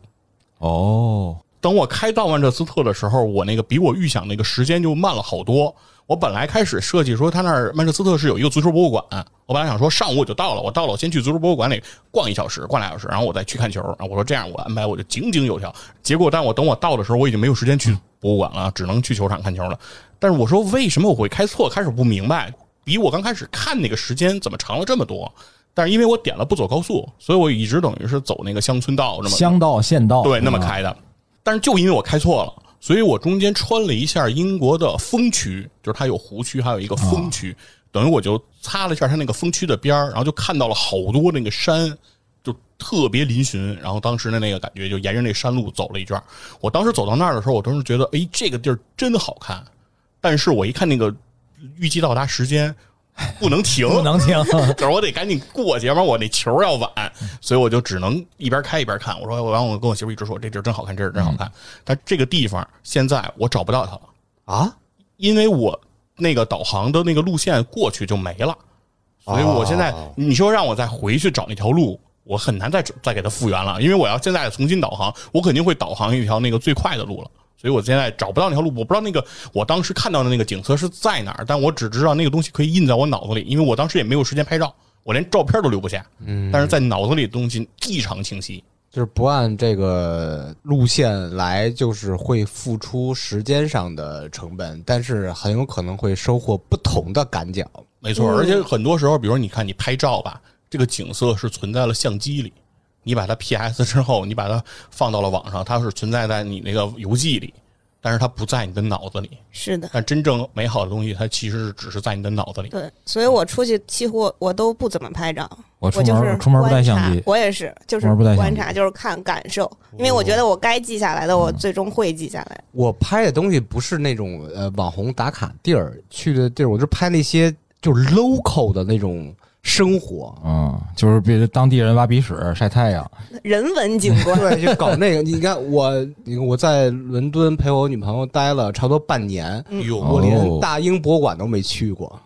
[SPEAKER 2] 哦，
[SPEAKER 5] 等我开到曼彻斯特的时候，我那个比我预想那个时间就慢了好多。我本来开始设计说，他那儿曼彻斯特是有一个足球博物馆，我本来想说上午我就到了，我到了我先去足球博物馆里逛一小时，逛俩小时，然后我再去看球。然后我说这样我安排我就井井有条。结果，但我等我到的时候，我已经没有时间去博物馆了，只能去球场看球了。但是我说为什么我会开错？开始不明白，比我刚开始看那个时间怎么长了这么多？但是因为我点了不走高速，所以我一直等于是走那个乡村道这么
[SPEAKER 2] 乡道县道
[SPEAKER 5] 对，那么
[SPEAKER 2] 嗯
[SPEAKER 5] 开的。但是就因为我开错了，所以我中间穿了一下英国的风区，就是它有湖区，还有一个
[SPEAKER 2] 啊
[SPEAKER 5] 风区，等于我就擦了一下它那个风区的边儿，然后就看到了好多那个山。就特别嶙峋，然后当时的那个感觉，就沿着那山路走了一圈儿。我当时走到那儿的时候，我当时觉得，哎，这个地儿真好看。但是我一看那个预计到达时间，不能停，
[SPEAKER 2] 嗯不能 停。
[SPEAKER 5] 就是我得赶紧过去，要不然我那球要晚，所以我就只能一边开一边看。我说，然后我跟我媳妇一直说，这地儿真好看，这地儿真好看。但这个地方现在我找不到它了，
[SPEAKER 4] 啊，
[SPEAKER 5] 因为我那个导航的那个路线过去就没了，所以我现在、
[SPEAKER 4] 哦
[SPEAKER 5] 你说让我再回去找那条路。我很难再再给它复原了，因为我要现在重新导航，我肯定会导航一条那个最快的路了，所以我现在找不到那条路，我不知道那个我当时看到的那个景色是在哪儿，但我只知道那个东西可以印在我脑子里，因为我当时也没有时间拍照，我连照片都留不下，嗯，但是在脑子里的东西异常清晰，
[SPEAKER 4] 就是不按这个路线来，就是会付出时间上的成本，但是很有可能会收获不同的感脚。
[SPEAKER 5] 没错，而且很多时候，比如你看你拍照吧，这个景色是存在了相机里，你把它 PS 之后，你把它放到了网上，它是存在在你那个游记里，但是它不在你的脑子里。
[SPEAKER 3] 是的，
[SPEAKER 5] 但真正美好的东西，它其实是只是在你的脑子里。
[SPEAKER 3] 对，所以我出去几乎我都不怎么拍照，
[SPEAKER 2] 我哦出
[SPEAKER 3] 就
[SPEAKER 2] 门
[SPEAKER 3] 是
[SPEAKER 2] 出门不带
[SPEAKER 3] 观
[SPEAKER 2] 相
[SPEAKER 3] 察
[SPEAKER 2] 机
[SPEAKER 3] 我也是，就是
[SPEAKER 2] 出门不带相
[SPEAKER 3] 观
[SPEAKER 2] 机嗯
[SPEAKER 3] 察，就是看感受，因为我觉得我该记下来的，我最终会记下来。
[SPEAKER 4] 我拍的东西不是那种呃网红打卡地儿去的地儿，我就拍那些就是 local 的那种生活。
[SPEAKER 2] 嗯，就是被当地人挖鼻屎、晒太阳，
[SPEAKER 3] 人文景
[SPEAKER 2] 嗯
[SPEAKER 3] 观，
[SPEAKER 4] 对，就搞那个。你 看我，你看我在伦敦陪我女朋友待了差不多半年，
[SPEAKER 5] 哎呦，
[SPEAKER 2] 哦
[SPEAKER 4] 我连大英博物馆都没去过，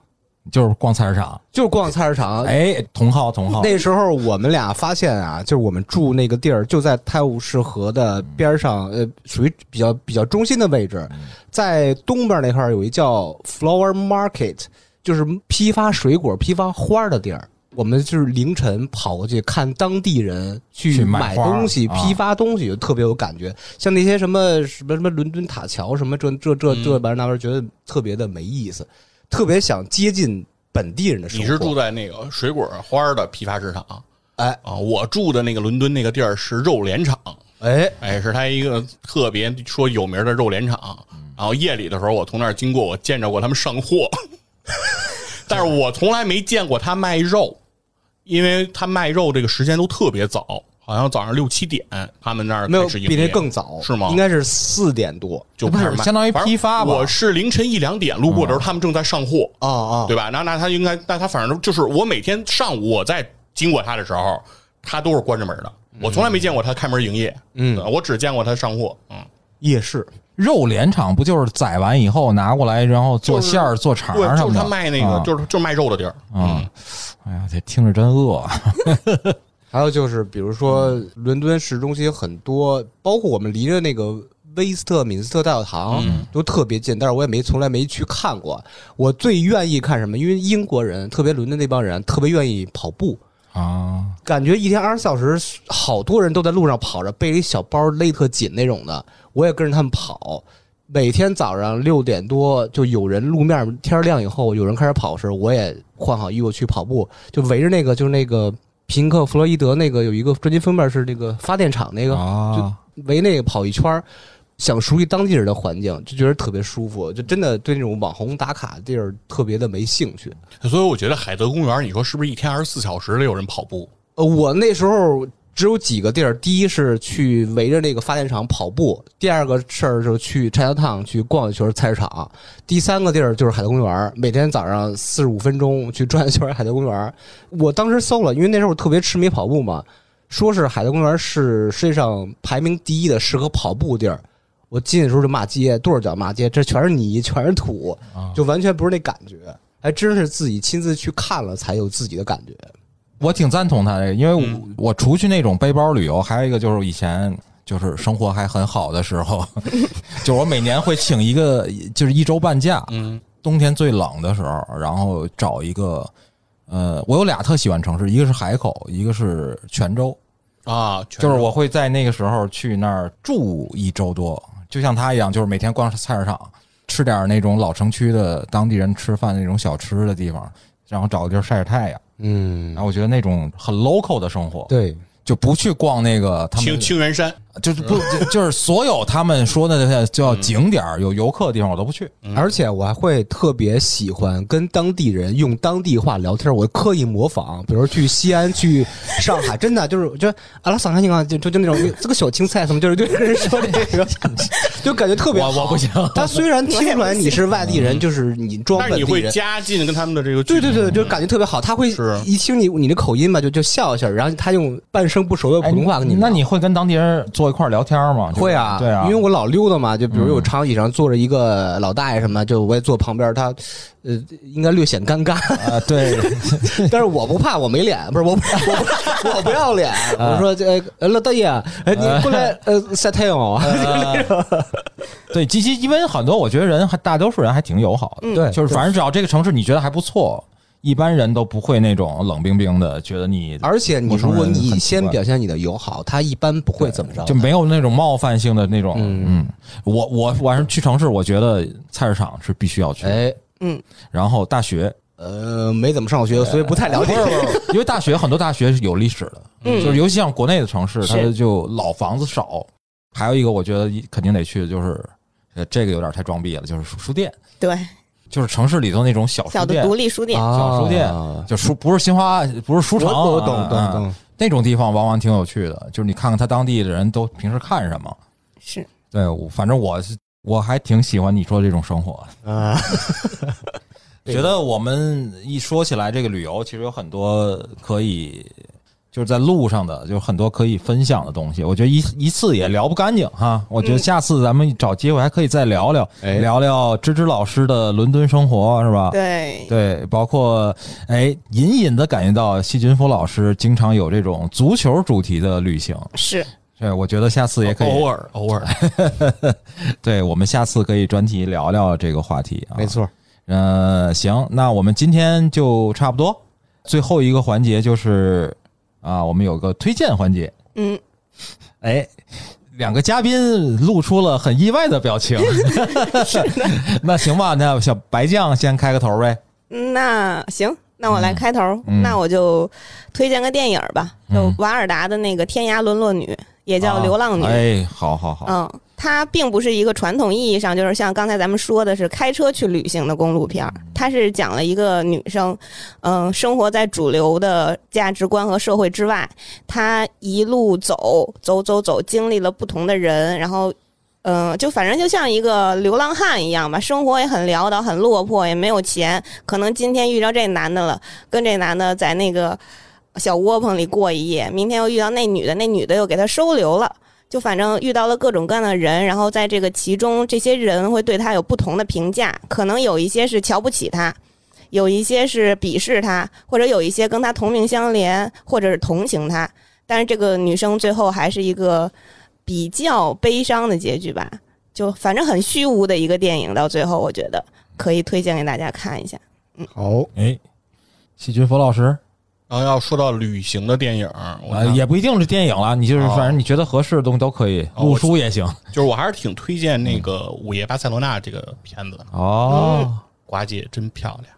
[SPEAKER 2] 就是逛菜市场。
[SPEAKER 4] 就逛菜市场。
[SPEAKER 3] 呃
[SPEAKER 2] 哎，同号同号，
[SPEAKER 4] 那时候我们俩发现啊，就是我们住那个地儿就在泰晤士河的边上，呃，属于比较比较中心的位置，在东边那块儿有一叫 Flower Market，就是批发水果、批发花儿的地儿。我们就是凌晨跑过去看当地人
[SPEAKER 2] 去
[SPEAKER 4] 去
[SPEAKER 2] 买
[SPEAKER 4] 买
[SPEAKER 2] 花儿
[SPEAKER 4] 东西、
[SPEAKER 2] 啊
[SPEAKER 4] 批发东西，就特别有感觉。像那些什么什么什么伦敦塔桥什么这这这这玩意儿那玩意儿，觉得特别的没意思，特别想接近本地人的生活。
[SPEAKER 5] 你是住在那个水果花儿的批发市场
[SPEAKER 4] 哎
[SPEAKER 5] 啊？我住的那个伦敦那个地儿是肉联厂，
[SPEAKER 4] 哎
[SPEAKER 5] 哎，是它一个特别说有名的肉联厂。
[SPEAKER 4] 嗯
[SPEAKER 5] 然后夜里的时候，我从那儿经过，我见着过他们上 货，但是我从来没见过他卖肉，因为他卖肉这个时间都特别早，好像早上六七点他们那儿
[SPEAKER 4] 没有
[SPEAKER 5] 开始营
[SPEAKER 4] 比
[SPEAKER 5] 业
[SPEAKER 4] 那更早，
[SPEAKER 5] 是吗
[SPEAKER 4] 应该是四点多。
[SPEAKER 5] 就
[SPEAKER 2] 不是
[SPEAKER 5] 开始卖
[SPEAKER 2] 相当于批发吧
[SPEAKER 5] 反正我是凌晨一两点路过的时候，他们正在上货，
[SPEAKER 4] 嗯哦哦，
[SPEAKER 5] 对吧？那那他应该，那他反正就是我每天上午我在经过他的时候，他都是关着门的，我从来没见过他开门营业，
[SPEAKER 4] 嗯
[SPEAKER 5] 对吧我只见过他上货，嗯，
[SPEAKER 4] 夜市
[SPEAKER 2] 肉联厂不就是宰完以后拿过来，然后做馅儿、做肠
[SPEAKER 5] 对
[SPEAKER 2] 儿，什
[SPEAKER 5] 就
[SPEAKER 2] 么
[SPEAKER 5] 是
[SPEAKER 2] 的？
[SPEAKER 5] 他卖那个，
[SPEAKER 2] 啊
[SPEAKER 5] 就是就是卖肉的地儿，嗯
[SPEAKER 2] 啊、哎呀，这听着真饿。啊
[SPEAKER 4] 还有就是，比如说
[SPEAKER 5] 嗯
[SPEAKER 4] 伦敦市中心很多，包括我们离着那个威斯特敏斯特大教堂
[SPEAKER 5] 嗯
[SPEAKER 4] 都特别近，但是我也没从来没去看过。我最愿意看什么？因为英国人，特别伦敦那帮人，啊特别愿意跑步。
[SPEAKER 2] 啊，
[SPEAKER 4] 感觉一天二十四小时，好多人都在路上跑着，背着一小包勒特紧那种的，我也跟着他们跑。每天早上六点多，就有人路面天亮以后，有人开始跑时，我也换好衣服去跑步，就围着那个就是那个平克·弗洛伊德那个有一个专辑封面是那个发电厂那个，
[SPEAKER 2] 啊，
[SPEAKER 4] 围那个跑一圈儿，想熟悉当地人的环境，就觉得特别舒服，就真的对那种网红打卡地儿特别的没兴趣。
[SPEAKER 5] 所以我觉得海德公园，你说是不是一天二十四小时得有人跑步？
[SPEAKER 4] 呃，我那时候只有几个地儿，第一是去围着那个发电厂跑步，第二个事儿就是去拆家烫去逛一圈菜市场，第三个地儿就是海德公园，每天早上四十五分钟去转一圈海德公园。我当时搜了，因为那时候我特别痴迷跑步嘛，说是海德公园是世界上排名第一的适合跑步地儿。我进的时候就骂街，跺着脚骂街，这全是泥，全是土，就完全不是那感觉，还真是自己亲自去看了才有自己的感觉。
[SPEAKER 2] 我挺赞同他的，因为我,、我除去那种背包旅游，还有一个就是以前。就是生活还很好的时候，就是我每年会请一个，就是一周半假，
[SPEAKER 5] 嗯，
[SPEAKER 2] 冬天最冷的时候，然后找一个，呃，我有俩特喜欢城市，一个是海口，一个是泉州，
[SPEAKER 5] 啊，
[SPEAKER 2] 就是我会在那个时候去那儿住一周多，就像他一样，就是每天逛菜市场，吃点那种老城区的当地人吃饭那种小吃的地方，然后找个地儿晒晒太阳。
[SPEAKER 4] 嗯
[SPEAKER 2] 然后我觉得那种很 local 的生活，
[SPEAKER 4] 对，
[SPEAKER 2] 就不去逛那个他
[SPEAKER 5] 清
[SPEAKER 2] 们
[SPEAKER 5] 清源山，
[SPEAKER 2] 就是不 就就是所有他们说的那些叫景点儿有游客的地方我都不去。
[SPEAKER 4] 而且我还会特别喜欢跟当地人用当地话聊天，我刻意模仿，比如去西安、去上海，真的就是就阿拉桑看你看，就就就那种这个小青菜什么，就是对人说这个，就感觉特别好。
[SPEAKER 2] 我我不行
[SPEAKER 4] 他虽然听出来你是外地人，就是你装
[SPEAKER 5] 但是
[SPEAKER 4] 本
[SPEAKER 5] 你
[SPEAKER 4] 地
[SPEAKER 5] 会
[SPEAKER 4] 人。
[SPEAKER 5] 加进跟他们的这个距
[SPEAKER 4] 对
[SPEAKER 5] 离
[SPEAKER 4] 对对，就感觉特别好。他会
[SPEAKER 5] 是
[SPEAKER 4] 一听你你的口音吧，就就笑一下，然后他用半生不熟的
[SPEAKER 2] 哎
[SPEAKER 4] 普通话跟你聊。
[SPEAKER 2] 那你会跟当地人坐一块儿聊天吗？就是
[SPEAKER 4] 会啊，
[SPEAKER 2] 对啊，
[SPEAKER 4] 因为我老溜达嘛，就比如有长椅上坐着一个老大爷什么，就我也坐旁边，他呃应该略显尴尬，
[SPEAKER 2] 啊对，
[SPEAKER 4] 但是我不怕，我没脸，不是我不我不我不要脸，我说这呃老大爷，哎你过来呃晒太阳啊，
[SPEAKER 2] 对，其实因为很多，我觉得人还大多数人还挺友好的，
[SPEAKER 4] 嗯对
[SPEAKER 2] 就是反正只要这个城市你觉得还不错，一般人都不会那种冷冰冰的，觉得你
[SPEAKER 4] 而且你
[SPEAKER 2] 陌生
[SPEAKER 4] 如
[SPEAKER 2] 人
[SPEAKER 4] 果你
[SPEAKER 2] 很奇
[SPEAKER 4] 先
[SPEAKER 2] 怪
[SPEAKER 4] 表现你的友好，他一般不会怎么着的，
[SPEAKER 2] 就没有那种冒犯性的那种。嗯，我我晚上去城市，我觉得菜市场是必须要去，
[SPEAKER 4] 哎
[SPEAKER 2] 然后大学，
[SPEAKER 4] 呃没怎么上过学，所以不太了解。
[SPEAKER 2] 因为大学很多大学是有历史的，就是尤其像国内的城市，它
[SPEAKER 3] 嗯是
[SPEAKER 2] 就老房子少。还有一个我觉得肯定得去的就是，呃，这个有点太装逼了，就是书书店，
[SPEAKER 3] 对，
[SPEAKER 2] 就是城市里头那种小
[SPEAKER 3] 小
[SPEAKER 2] 哦书
[SPEAKER 3] 的
[SPEAKER 2] 店
[SPEAKER 3] 独。立书店，
[SPEAKER 2] 小书店
[SPEAKER 4] 啊
[SPEAKER 2] 就书不是新华，不是书城，
[SPEAKER 4] 我我懂
[SPEAKER 2] 嗯
[SPEAKER 4] 懂
[SPEAKER 2] 嗯
[SPEAKER 4] 懂，
[SPEAKER 2] 那种地方往往挺有趣的，就是你看看他当地的人都平时看什么。
[SPEAKER 3] 是
[SPEAKER 2] 啊对，我反正我是我还挺喜欢你说这种生活。
[SPEAKER 4] 啊，
[SPEAKER 2] 觉得我们一说起来这个旅游，其实有很多可以就是在路上的，有很多可以分享的东西。我觉得一一次也聊不干净哈。我觉得下次咱们找机会还可以再聊聊，
[SPEAKER 4] 哎
[SPEAKER 2] 聊聊芝芝老师的伦敦生活是吧？
[SPEAKER 3] 对，
[SPEAKER 2] 对，包括哎，隐隐的感觉到细菌夫老师经常有这种足球主题的旅行。
[SPEAKER 3] 是
[SPEAKER 2] 对，我觉得下次也可以，哎
[SPEAKER 5] 偶尔偶尔，
[SPEAKER 2] 对我们下次可以专题聊聊这个话题啊。
[SPEAKER 4] 没错，
[SPEAKER 2] 呃，行，那我们今天就差不多。最后一个环节就是啊，我们有个推荐环节。
[SPEAKER 3] 嗯，
[SPEAKER 2] 哎，两个嘉宾露出了很意外的表 情。那行吧，那小白酱先开个头呗。
[SPEAKER 3] 那行，那我来开头，
[SPEAKER 2] 嗯
[SPEAKER 3] 那我就推荐个电影吧，就瓦尔达的那个《天涯沦落女》，也叫《流浪女》
[SPEAKER 2] 啊哎，好好好，
[SPEAKER 3] 嗯，它并不是一个传统意义上，就是像刚才咱们说的是开车去旅行的公路片儿，它是讲了一个女生，嗯，生活在主流的价值观和社会之外，她一路走走走走，经历了不同的人，然后。嗯，就反正就像一个流浪汉一样吧，生活也很潦倒，很落魄，也没有钱。可能今天遇到这男的了，跟这男的在那个小窝棚里过一夜，明天又遇到那女的，那女的又给他收留了。就反正遇到了各种各样的人，然后在这个其中，这些人会对他有不同的评价，可能有一些是瞧不起他，有一些是鄙视他，或者有一些跟他同命相怜，或者是同情他。但是这个女生最后还是一个比较悲伤的结局吧，就反正很虚无的一个电影，到最后我觉得可以推荐给大家 看一下。
[SPEAKER 4] 好，
[SPEAKER 2] 哎，细菌佛老师
[SPEAKER 5] 然后要说到旅行的电影，我
[SPEAKER 2] 啊，
[SPEAKER 5] 看
[SPEAKER 2] 也不一定是电影了，你就是
[SPEAKER 5] 哦
[SPEAKER 2] 反正你觉得合适的东西都可以，
[SPEAKER 5] 哦
[SPEAKER 2] 录
[SPEAKER 5] 我
[SPEAKER 2] 书也行。
[SPEAKER 5] 就是我还是挺推荐那个《午夜巴塞罗那》这个片子的，
[SPEAKER 2] 哦，
[SPEAKER 5] 寡姐真漂亮。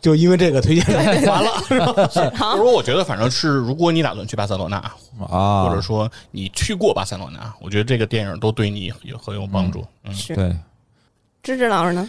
[SPEAKER 6] 就因为这个推荐完了，
[SPEAKER 3] 啊
[SPEAKER 5] 就是说我觉得反正是，如果你打算去巴塞罗那，
[SPEAKER 2] 啊，
[SPEAKER 5] 或者说你去过巴塞罗那，我觉得这个电影都对你也很有帮助。嗯，
[SPEAKER 3] 是
[SPEAKER 2] 对，
[SPEAKER 3] 芝芝老师呢？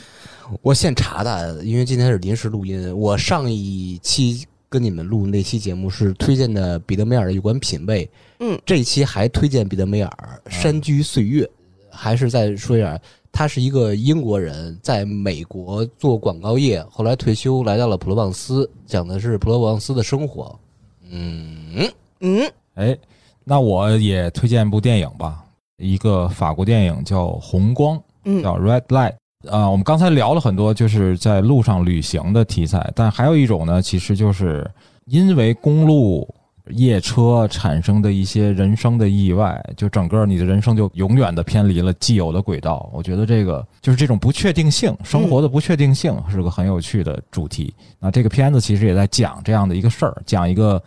[SPEAKER 4] 我现查的，因为今天是临时录音。我上一期跟你们录那期节目是推荐的彼得梅尔的有关品味，
[SPEAKER 3] 嗯，
[SPEAKER 4] 这一期还推荐彼得梅尔《山居岁月》，还是再说一下，他是一个英国人，在美国做广告业，后来退休来到了普罗旺斯，讲的是普罗旺斯的生活。
[SPEAKER 3] 嗯，
[SPEAKER 2] 哎，那我也推荐部电影吧，一个法国电影叫《红光》，
[SPEAKER 3] 嗯
[SPEAKER 2] 叫《Red Light》。啊、我们刚才聊了很多，就是在路上旅行的题材，但还有一种呢，其实就是因为公路夜车产生的一些人生的意外，就整个你的人生就永远的偏离了既有的轨道。我觉得这个就是这种不确定性，生活的不确定性是个很有趣的主题。那这个片子其实也在讲这样的一个事儿，讲一个。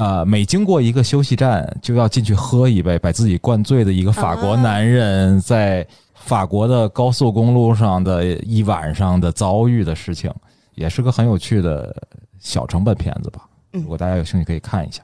[SPEAKER 2] 呃，每经过一个休息站就要进去喝一杯，把自己灌醉的一个法国
[SPEAKER 3] 啊
[SPEAKER 2] 男人，在法国的高速公路上的一晚上的遭遇的事情，也是个很有趣的小成本片子吧。
[SPEAKER 3] 嗯
[SPEAKER 2] 如果大家有兴趣可以看一下。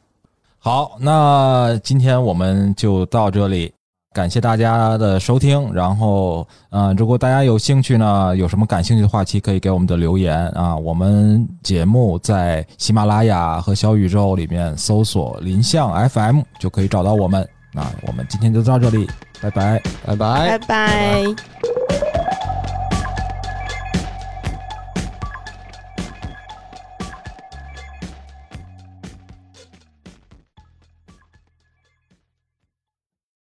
[SPEAKER 2] 好，那今天我们就到这里，感谢大家的收听。然后，嗯、如果大家有兴趣呢，有什么感兴趣的话题，可以给我们的留言啊。我们节目在喜马拉雅和小宇宙里面搜索“林相 FM” 就可以找到我们。那我们今天就到这里，拜拜。
[SPEAKER 4] 拜
[SPEAKER 3] 拜
[SPEAKER 4] 拜
[SPEAKER 3] 拜